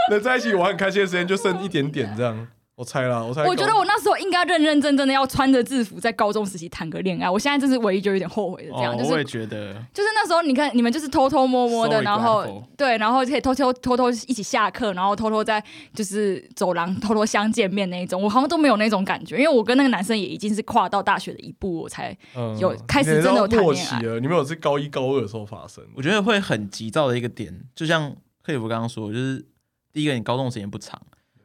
Speaker 1: 能在一起玩很开心的时间就剩一点点这样。我猜啦，我猜高。
Speaker 3: 我觉得我那时候应该认认真真的要穿着制服在高中时期谈个恋爱，我现在真是唯一就有点后悔的 这样，
Speaker 4: 哦
Speaker 3: 就，
Speaker 4: 我
Speaker 3: 是
Speaker 4: 也觉得，
Speaker 3: 就是那时候，你看你们就是偷偷摸摸的，
Speaker 4: Sorry,
Speaker 3: 然后
Speaker 4: Grandpa
Speaker 3: 对，然后可以偷偷偷偷一起下课，然后偷偷在就是走廊偷偷相见面那一种，我好像都没有那种感觉，因为我跟那个男生也已经是跨到大学的一步，我才
Speaker 1: 嗯
Speaker 3: 有开始真的有谈
Speaker 1: 默
Speaker 3: 恋
Speaker 1: 契
Speaker 3: 爱
Speaker 1: 了，你们有是高一高二的时候发生，
Speaker 2: 我觉得会很急躁的一个点，就像克里夫刚刚说，就是第一个你高中时间不长，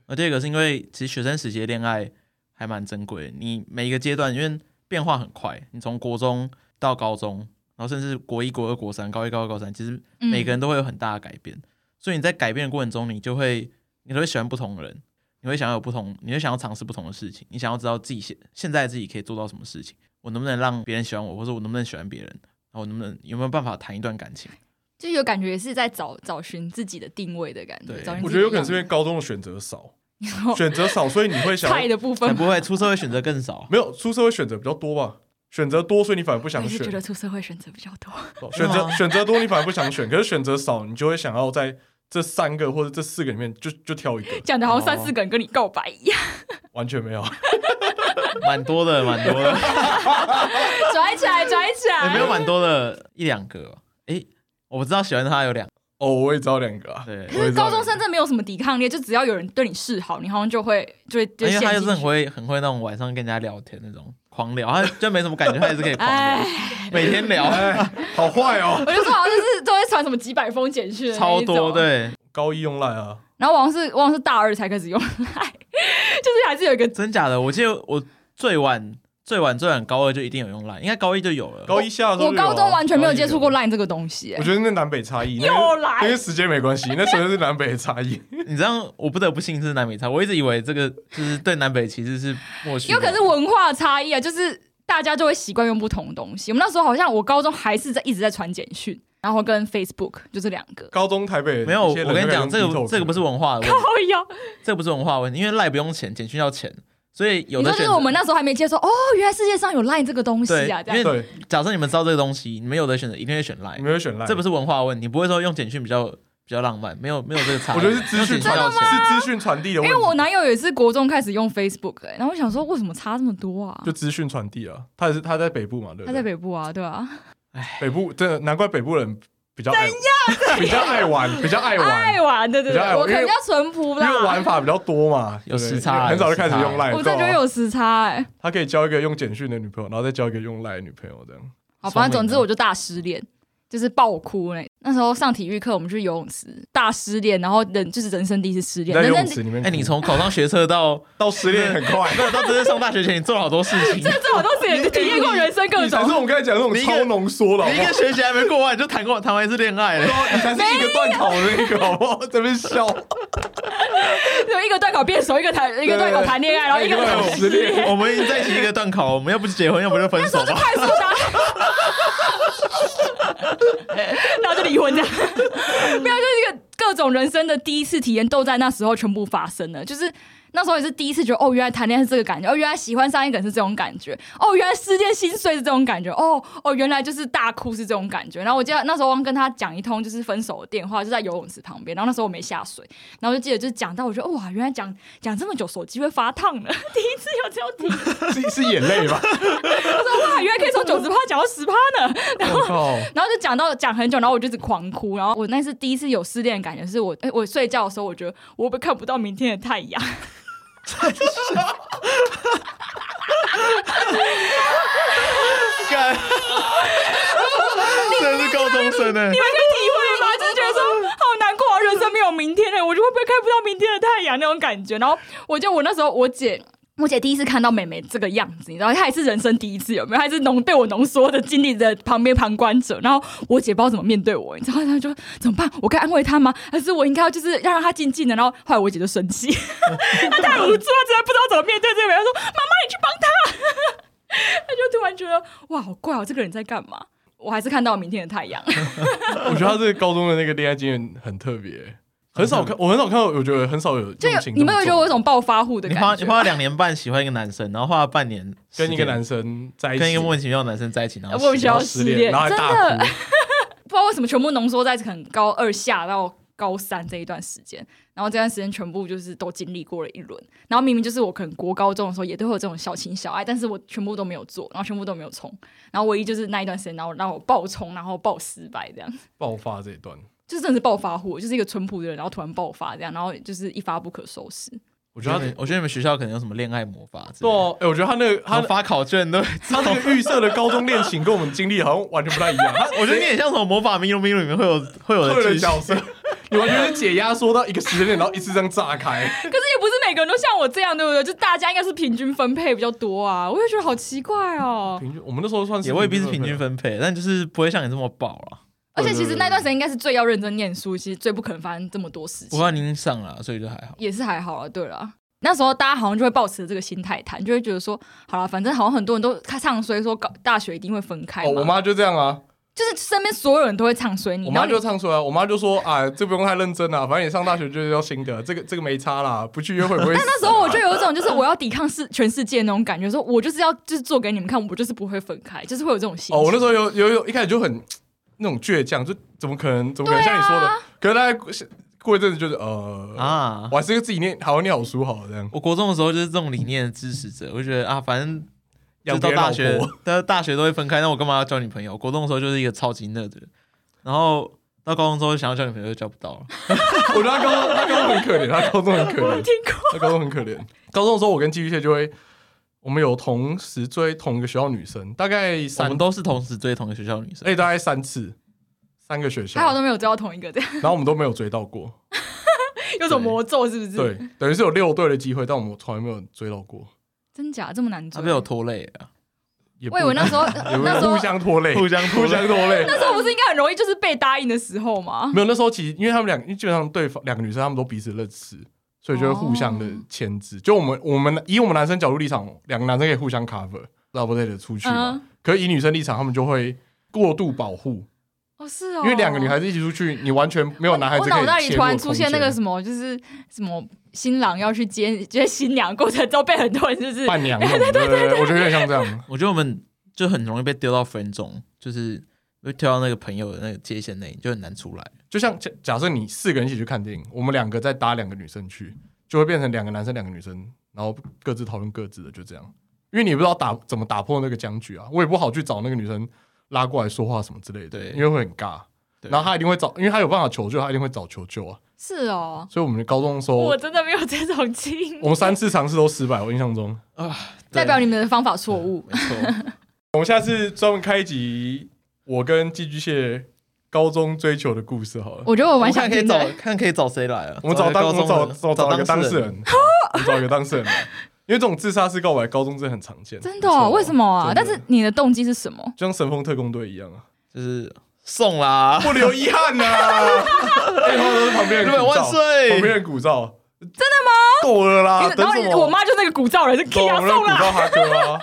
Speaker 2: 而第二个是因为其实学生时期的恋爱还蛮珍贵的，你每一个阶段因为变化很快，你从国中到高中，然后甚至国一、国二、国三、高一、高二、高三，其实
Speaker 3: 嗯
Speaker 2: 每个人都会有很大的改变，所以你在改变的过程中，你就会你都会喜欢不同的人，你会想要有不同，你会想要尝试不同的事情，你想要知道自己现现在自己可以做到什么事情，我能不能让别人喜欢我，或者我能不能喜欢别人，然后我能不能有没有办法谈一段感情？
Speaker 3: 就有感觉也是在找找寻自己的定位的感觉
Speaker 2: 对。
Speaker 3: 找寻
Speaker 1: 我
Speaker 3: 自
Speaker 1: 觉
Speaker 3: 己的
Speaker 1: 得有可能是因为
Speaker 3: 样
Speaker 1: 高中的选择 少，
Speaker 3: 子
Speaker 1: 选择少，所以你会想要
Speaker 3: 菜的部
Speaker 2: 才
Speaker 3: 分，
Speaker 2: 不会出社会选择更少。
Speaker 1: 没有出社会选择比较多吧，选择多，所以你反而不
Speaker 3: 我
Speaker 1: 想
Speaker 3: 也是
Speaker 1: 选
Speaker 3: 觉。得出社会选择比较多。
Speaker 1: 哦选择选择多，你反而不想选；可是选择少，你就会想要在这三个或者这四个里面就就挑一个。
Speaker 3: 讲的好像
Speaker 2: 哦
Speaker 3: 三四个人跟你告白一样，
Speaker 1: 完全没有，
Speaker 2: 蛮多的，蛮多的， 哎
Speaker 3: 拽起来，拽起
Speaker 2: 也没有
Speaker 3: 来。
Speaker 2: 蛮多的，一两个吧。诶，我知道喜欢他有两
Speaker 1: 哦，我也知道两个啊。
Speaker 2: 对，
Speaker 3: 可是高中生真的没有什么抵抗力，就只要有人对你示好，你好像就会就会 就
Speaker 2: 哎因
Speaker 3: 会
Speaker 2: 为他
Speaker 3: 陷
Speaker 2: 就是
Speaker 3: 进
Speaker 2: 很
Speaker 3: 去。
Speaker 2: 会很会那种晚上跟人家聊天那种狂聊，他就没什么感觉，他也是可以狂
Speaker 3: 哎
Speaker 2: 聊，。每天 聊
Speaker 1: 哎，好坏哦！
Speaker 3: 我就说好像就是都会传什么几百封简讯的那
Speaker 2: 超
Speaker 3: 一种
Speaker 2: 多，。对，
Speaker 1: 高一用赖啊，
Speaker 3: 然后我好像是我好像是大二才开始用 赖，就是还是有一个
Speaker 2: 真假的？我记得我最晚最晚最晚高二就一定有用 Line，应该高一就有了。
Speaker 1: 高一下的时候
Speaker 3: 我
Speaker 1: 就有啊
Speaker 3: 高中完全没有接触过。
Speaker 1: 高一
Speaker 3: Line 这个东西、
Speaker 1: 有
Speaker 3: 欸
Speaker 1: 我觉得那南北差异，那
Speaker 3: 又来
Speaker 1: 那跟时间没关系，那纯粹是南北差 异。
Speaker 2: 你这样我不得不信是南北差，我一直以为这个就是对南北其实是默许
Speaker 3: 因
Speaker 2: 的。
Speaker 3: 为可能是文化差异啊，就是大家就会习惯用不同的东西。我们那时候好像我高中还是在一直在传简讯，然后跟 Facebook 就这两个。
Speaker 1: 高中台北
Speaker 2: 没有，
Speaker 1: 一
Speaker 2: 我
Speaker 1: 些人
Speaker 2: 跟你
Speaker 1: 就开
Speaker 2: 讲，这
Speaker 1: 始用
Speaker 2: 个
Speaker 1: TikTok
Speaker 2: 这个不是文化的问题，
Speaker 3: 哦呀，
Speaker 2: 这个不是文化问题，因为赖不用钱，简讯要钱，所以有
Speaker 3: 你
Speaker 2: 的选
Speaker 3: 说就是
Speaker 2: 择
Speaker 3: 我们那时候还没接受哦，原来世界上有 Line 这个东西啊，这
Speaker 2: 对，因
Speaker 3: 样
Speaker 2: 为
Speaker 1: 对，
Speaker 2: 假设你们知道这个东西，你们有的选择一定会选赖
Speaker 1: 你，们会选赖，
Speaker 2: 这不是文化问题，不会说用简讯比较比较浪漫，没有没有这个差异。
Speaker 1: 我觉得是资讯
Speaker 2: 用简讯
Speaker 1: 传
Speaker 2: 要钱，
Speaker 1: 是资讯传递的
Speaker 3: 因
Speaker 1: 问
Speaker 3: 为我
Speaker 1: 题，
Speaker 3: 男友也是国中开始用 Facebook，、欸、然后我想说为什么差这么多啊
Speaker 1: 就？资讯传递啊。他也是他在北部嘛，对不对？
Speaker 3: 他在北部啊，对啊，
Speaker 1: 北部，真的难怪北部人比较爱比较爱玩，比较爱玩
Speaker 3: 爱。玩，对对
Speaker 1: 比
Speaker 3: 对
Speaker 1: 较爱，玩
Speaker 3: 我可能
Speaker 1: 因为
Speaker 3: 比较淳朴
Speaker 1: 因为
Speaker 3: 哎啦
Speaker 1: 玩。法比较多嘛，
Speaker 2: 有
Speaker 1: 对不对
Speaker 2: 时差
Speaker 1: 很早就开始
Speaker 2: 有时
Speaker 1: 用
Speaker 2: 差
Speaker 1: 赖，啊
Speaker 3: 我真的觉得有时差哎、
Speaker 1: 他可以交一个用简讯的女朋友，然后再交一个用赖的女朋友，这样
Speaker 3: 好，反正
Speaker 2: 聪明啊
Speaker 3: 总之我就大失恋，就是爆哭那。那时候上体育课，我们去游泳池，大失恋，然后人就是人生第一次失
Speaker 1: 你
Speaker 3: 恋，
Speaker 1: 在游
Speaker 3: 人
Speaker 1: 泳
Speaker 3: 生第
Speaker 1: 池里面哭。
Speaker 2: 哎，你从考上学测到，
Speaker 1: 到失恋很快
Speaker 2: 没有到真正上大学前，你做了好多事 情。
Speaker 3: 这我都是也体验过人生各
Speaker 1: 你才是
Speaker 3: 种。
Speaker 1: 我们刚才讲的那种超浓缩了，好
Speaker 2: 你
Speaker 1: 不
Speaker 2: 一
Speaker 1: 好
Speaker 2: 个学期还没过完，你就谈过谈完一次恋爱 了。
Speaker 1: 你才是一个断考的那个，好不好？这边笑，
Speaker 3: 有一个段考变熟，一个谈一个段考谈恋爱，然后一个
Speaker 1: 对
Speaker 3: 段考
Speaker 1: 对对失恋。
Speaker 2: 我们已经在一起一个段考，我们要不就结婚，要不就分手吧。
Speaker 3: 快速答，然后就离婚这样，没有，就是一个各种人生的第一次体验都在那时候全部发生了，就是。那时候也是第一次觉得，哦，原来谈恋爱是这个感觉，哦，原来喜欢上一个人是这种感觉，哦，原来失恋心碎是这种感觉，哦，哦，原来就是大哭是这种感觉。然后我记得那时候忘跟他讲一通就是分手的电话，就在游泳池旁边。然后那时候我没下水，然后就记得就是讲到，我觉得哇，原来讲讲这么久手机会发烫的， 第一次有这样体验
Speaker 1: 是是眼泪吧？
Speaker 3: 哇，原来可以从九十趴讲到十趴呢。
Speaker 1: 我靠！
Speaker 3: 然后就讲到讲很久，然后我就一直狂哭。然后我那是第一次有失恋的感觉，是我哎、我睡觉的时候，我觉得我会不会看不到明天的太阳？
Speaker 4: 干，真的是高中生
Speaker 2: 欸
Speaker 4: 呢。
Speaker 3: 你们可以体会吗？就是觉得说好难过，啊，人生没有明天了，我就会不会看不到明天的太阳那种感觉。然后我就我那时候我姐。我姐第一次看到妹妹这个样子，你知道，她也是人生第一次，有没有？她也是浓被我浓缩的经历的旁边旁观者。然后我姐不知道怎么面对我，你知道，她就怎么办？我该安慰她吗？还是我应该要就是要让她静静的？然后后来我姐就生气，她太无助，她真的不知道怎么面对这个人。她说：“妈妈，你去帮她。”她就突然觉得哇，好怪哦，这个人在干嘛？我还是看到明天的太阳。
Speaker 1: 我觉得他这个高中的那个恋爱经验很特别，很少看，我很少看到，我觉得很少有
Speaker 3: 就有
Speaker 1: 用情
Speaker 3: 你们有觉得我有
Speaker 1: 种
Speaker 3: 种暴发户的
Speaker 2: 你
Speaker 3: 感
Speaker 2: 花
Speaker 3: 觉？
Speaker 2: 你花了两年半喜欢一个男生，然后花了半年
Speaker 1: 跟一个男
Speaker 2: 生，
Speaker 1: 生在一起，
Speaker 2: 跟一个莫名其妙的男生在一起，然后
Speaker 3: 莫名其
Speaker 2: 喜欢
Speaker 1: 然后
Speaker 3: 妙失
Speaker 1: 失
Speaker 3: 恋
Speaker 1: 恋，然后还大
Speaker 3: 真的
Speaker 1: 哭。
Speaker 3: 不知道为什么全部浓缩在很高二下到高三这一段时间，然后这段时间全部就是都经历过了一轮，然后明明就是我可能国高中的时候也都会有这种小情小爱，但是我全部都没有做，然后全部都没有冲，然后唯一就是那一段时间，然后让我爆冲，然后爆失败这样。
Speaker 1: 爆发这一段，
Speaker 3: 就是真的是暴发户，就是一个淳朴的人，然后突然爆发这样，然后就是一发不可收拾。
Speaker 1: 我
Speaker 2: 我
Speaker 1: 觉
Speaker 2: 觉
Speaker 1: 得
Speaker 2: 得
Speaker 1: 他
Speaker 2: 你
Speaker 1: 对
Speaker 2: 们我觉得你们学校可能有什么恋爱魔法之类的，
Speaker 1: 哦，哎，我觉得他那个
Speaker 2: 然
Speaker 1: 他
Speaker 2: 后发考卷都，
Speaker 1: 他那个预设的高中恋情跟我们经历好像完全不太一 样。他
Speaker 2: 我觉得你也像什么魔法迷路迷路里面会有会有
Speaker 1: 特
Speaker 2: 的
Speaker 1: 的
Speaker 2: 剧
Speaker 1: 角 色，
Speaker 2: 情，
Speaker 1: 你完全是解压缩到一个时间点，然后一次这样炸开。
Speaker 3: 可是也不是每个人都像我这样，对不对？就大家应该是平均分配比较多啊，我也觉得好奇怪哦。
Speaker 1: 平均，我们那时候算是
Speaker 2: 也未必是平均
Speaker 1: 分
Speaker 2: 分配，但就是不会像你这么爆啊了。
Speaker 3: 而且其实那
Speaker 1: 哦
Speaker 3: 段时间应该是最要认真念书，其实最不可能发生这么多事
Speaker 2: 不
Speaker 3: 情，
Speaker 2: 过你已经上了，啊所以就还好。
Speaker 3: 也是还好了。啊对了，那时候大家好像就会抱持这个心态谈，就会觉得说，好了，反正好像很多人都唱衰说搞大学一定会分开
Speaker 1: 配。哦，
Speaker 3: 嘛，
Speaker 1: 我妈就这样啊，
Speaker 3: 就是身边所有人都会唱衰你，
Speaker 1: 我
Speaker 3: 然
Speaker 1: 妈
Speaker 3: 后你
Speaker 1: 就唱出来，我妈就说啊，这不用太认真啦，反正你上大学就是要新的，这个这个没差啦，不去约会不会死。啊
Speaker 3: 那时候我就有一种就是我要抵抗世全世界那种感觉，说我就是要就是做给你们看，我就是不会分开，就是会有这种心情。
Speaker 1: 哦，我 那时候有有有一开始就很那种倔强，就怎么可能怎么可
Speaker 3: 啊
Speaker 1: 能像你说的？可是大概过过一阵子就是呃
Speaker 2: 啊
Speaker 1: 我！还是自己念好念好书好了这样。
Speaker 2: 我国中的时候就是这种理念的支持者，我就觉得啊，反正就
Speaker 1: 养
Speaker 2: 到
Speaker 1: 别人
Speaker 2: 大
Speaker 1: 老
Speaker 2: 学
Speaker 1: 婆，
Speaker 2: 到大学都会分开，那我干嘛要交女朋友？国中的时候就是一个超级 nerd，的人然后到高中之后想要交女朋友就交不到了。
Speaker 1: 我觉得他高中他高中很可怜，他高中很可
Speaker 3: 我
Speaker 1: 怜
Speaker 3: 有，听过，
Speaker 1: 他高中很可怜。高中的时候，我跟寄居蟹就会，我们有同时追同一个学校女生，大概
Speaker 2: 我
Speaker 1: 三
Speaker 2: 们，都是同时追同一个学校的女生，
Speaker 1: 哎、大概三次，三个学校
Speaker 3: 还，好都没有追到同一个，这样
Speaker 1: 然后我们都没有追到过。
Speaker 3: 有种魔咒是不是？，
Speaker 1: 对，等于是有六对的机会，但我们从来没有追到过，
Speaker 3: 真假这么难
Speaker 2: 她
Speaker 3: 追？
Speaker 1: 啊
Speaker 2: 被我拖累了。啊
Speaker 1: 也不
Speaker 3: 我以为那时候
Speaker 1: 也不
Speaker 3: 那时候
Speaker 1: 互相拖 累，
Speaker 2: 互相拖
Speaker 1: 互
Speaker 2: 累
Speaker 1: 相拖累。
Speaker 3: 那时候不是应该很容易就是被答应的时候吗？
Speaker 1: 没有，那时候其实因为他们两，因为基本上对方两个女生他们都彼此认识，所以就会互相的牵制。就我们我们以我们男生角度立场，两个男生可以互相 cover，老不累的出去嘛。
Speaker 3: 嗯
Speaker 1: 可以女生立场，他们就会过度保护，
Speaker 3: 哦，是哦，
Speaker 1: 因为两个女孩子一起出去，你完全没有男孩子
Speaker 3: 我
Speaker 1: 可以
Speaker 3: 脑袋里
Speaker 1: 切入
Speaker 3: 突然
Speaker 1: 的空
Speaker 3: 出现那个
Speaker 1: 间
Speaker 3: 什么，就是什么新郎要去接接新娘过程中被很多人就是
Speaker 1: 伴娘那种，对对对，我觉得有点像这样。
Speaker 2: 我觉得我们就很容易被丢到 friend 中，就是被丢到那个朋友的那个界限内，就很难出来。
Speaker 1: 就像假假设你四个人一起去看电影，我们两个再搭两个女生去，就会变成两个男生两个女生，然后各自讨论各自的，就这样。因为你不知道打怎么打破那个僵局啊，我也不好去找那个女生拉过来说话什么之类的，
Speaker 2: 对
Speaker 1: 因为会很尬。
Speaker 2: 对
Speaker 1: 然后他一定会找，因为他有办法求救，他一定会找求救啊。
Speaker 3: 是哦，
Speaker 1: 所以我们的高中的时候，
Speaker 5: 我
Speaker 1: 我
Speaker 5: 真的没有这种经历。
Speaker 1: 们三次尝试都失败，我印象中。
Speaker 3: 代表你们的方法错误。
Speaker 2: 没错，
Speaker 1: 我们下次专门开一集，我跟寄居蟹高中追求的故事好了。
Speaker 3: 我 觉得我
Speaker 2: 我
Speaker 3: 蛮
Speaker 2: 们
Speaker 3: 想
Speaker 2: 看可以
Speaker 3: 听
Speaker 2: 找
Speaker 3: 的。欸
Speaker 2: 看可以找谁来啊？
Speaker 1: 我们找当，我
Speaker 2: 一个
Speaker 1: 们
Speaker 2: 高
Speaker 1: 找
Speaker 2: 中的
Speaker 1: 找找一个当
Speaker 2: 当
Speaker 1: 事人，，我们找一个当事人来，因为这种自杀式告白，高中真的很常见。
Speaker 3: 真的、哦？为什么
Speaker 1: 真
Speaker 3: 啊？
Speaker 1: 的
Speaker 3: 但是你的动机是什么？
Speaker 1: 就像神风特工队一样啊，
Speaker 2: 就是送啦，
Speaker 1: 不留遗憾呐、 啊！背后都是旁边
Speaker 2: 日
Speaker 1: 人
Speaker 2: 本
Speaker 1: 鼓
Speaker 2: 万
Speaker 1: 噪，旁边
Speaker 2: 岁！
Speaker 1: 人鼓噪，真的吗？够了啦，
Speaker 3: 然
Speaker 1: 等什
Speaker 3: 后
Speaker 1: 么？
Speaker 3: 我妈就是那个鼓噪人，是 K
Speaker 1: 懂
Speaker 3: 啊
Speaker 1: 了，
Speaker 3: 送
Speaker 1: 鼓
Speaker 3: 啦。
Speaker 1: 噪哈哥啊！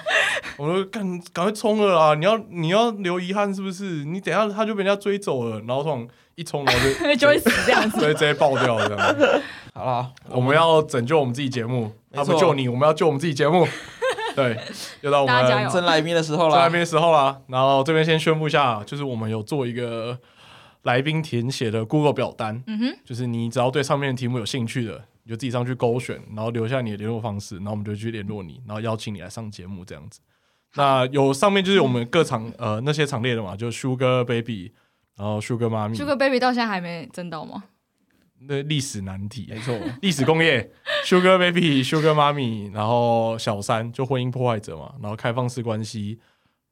Speaker 1: 我说干，赶快冲了啦！你要你要留遗憾是不是？你等一下他就被人家追走了，然后突然一冲，然后就
Speaker 3: 就会死这样子。
Speaker 1: 直接直接爆掉这样。
Speaker 2: 好啦，
Speaker 1: 我们要拯救我们自己节目，他
Speaker 2: 没错
Speaker 1: 不救你，我们要救我们自己节 目。对，又到我
Speaker 3: 大
Speaker 1: 们
Speaker 3: 家加油
Speaker 2: 真来宾的时候
Speaker 1: 做
Speaker 2: 啦
Speaker 1: 来，宾的时候啦。然后这边先宣布一下，就是我们有做一个来宾填写的 Google 表单，
Speaker 3: 嗯哼，
Speaker 1: 就是你只要对上面的题目有兴趣的，你就自己上去勾选，然后留下你的联络方式，然后我们就去联络你，然后邀请你来上节目这样子。那有上面就是我们各场呃那些场列的嘛，就是 Sugar Baby，然后 Sugar 妈咪，
Speaker 3: Sugar Baby 到现在还没争到吗？
Speaker 1: 那历史难题，
Speaker 2: 没错，
Speaker 1: 历史工业 Sugar Baby、Sugar 妈咪，然后小三就婚姻破坏者嘛，然后开放式关系，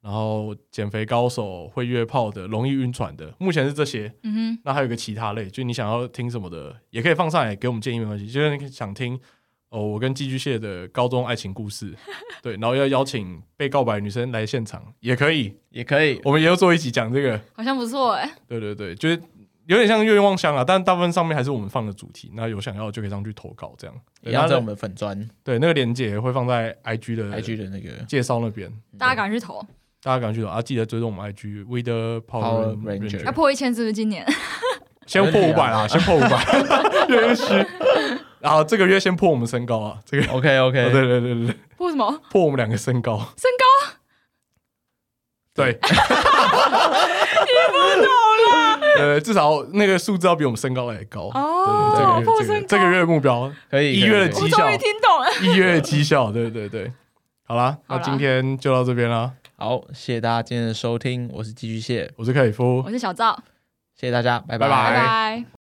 Speaker 1: 然后减肥高手、会约炮的、容易晕船的，目前是这些。
Speaker 3: 嗯
Speaker 1: 那还有一个其他类，就你想要听什么的，也可以放上来给我们建议，没关系。就是你想听哦，我跟寄居蟹的高中爱情故事，对，然后要邀请被告白的女生来现场也可以，
Speaker 2: 也 可以。
Speaker 1: 我们也要做一集讲这个。
Speaker 3: 哼，好像不错哎、
Speaker 1: 对对对，就是有点像愿望箱啊，但大部分上面还是我们放的主题。那有想要就可以上去投稿，这样。
Speaker 2: 一样在我
Speaker 1: 那
Speaker 2: 们粉砖
Speaker 1: 对那个链接会放在 IG 的
Speaker 2: IG 的那个
Speaker 1: 介绍那边，
Speaker 3: 大家赶快去投，
Speaker 1: 大家赶快去投啊！记得追踪我们 IG w e d e r Power
Speaker 2: Power Ranger
Speaker 3: 要
Speaker 1: 啊
Speaker 3: 破一千是不是今年？
Speaker 1: 先破五百啦，啊先破五百， 越来越虚。然后这个月先破我们身高啊，这个
Speaker 2: OK
Speaker 1: 对
Speaker 2: OK，
Speaker 1: 对对对对，
Speaker 3: 破什么？
Speaker 1: 破我们两个身高，
Speaker 3: 身高？
Speaker 1: 对，听不 懂了。呃，至少那个数字要比我们身高来得高
Speaker 3: 哦
Speaker 1: 对对对
Speaker 3: 破
Speaker 1: 这个
Speaker 3: 身高
Speaker 1: 这个月目标
Speaker 2: 可以
Speaker 1: 一月的
Speaker 2: 可以可以
Speaker 1: 绩
Speaker 3: 我终
Speaker 1: 效
Speaker 3: 于，听懂了。
Speaker 1: 一月的绩效，对对对。好啦，
Speaker 3: 好
Speaker 1: 那
Speaker 3: 啦
Speaker 1: 今天就到这边啦。
Speaker 2: 好，谢谢大家今天的收听，我是寄居蟹，
Speaker 1: 我是凯夫
Speaker 3: 我，是小赵，
Speaker 2: 谢谢大家，拜
Speaker 1: 拜
Speaker 3: 拜拜。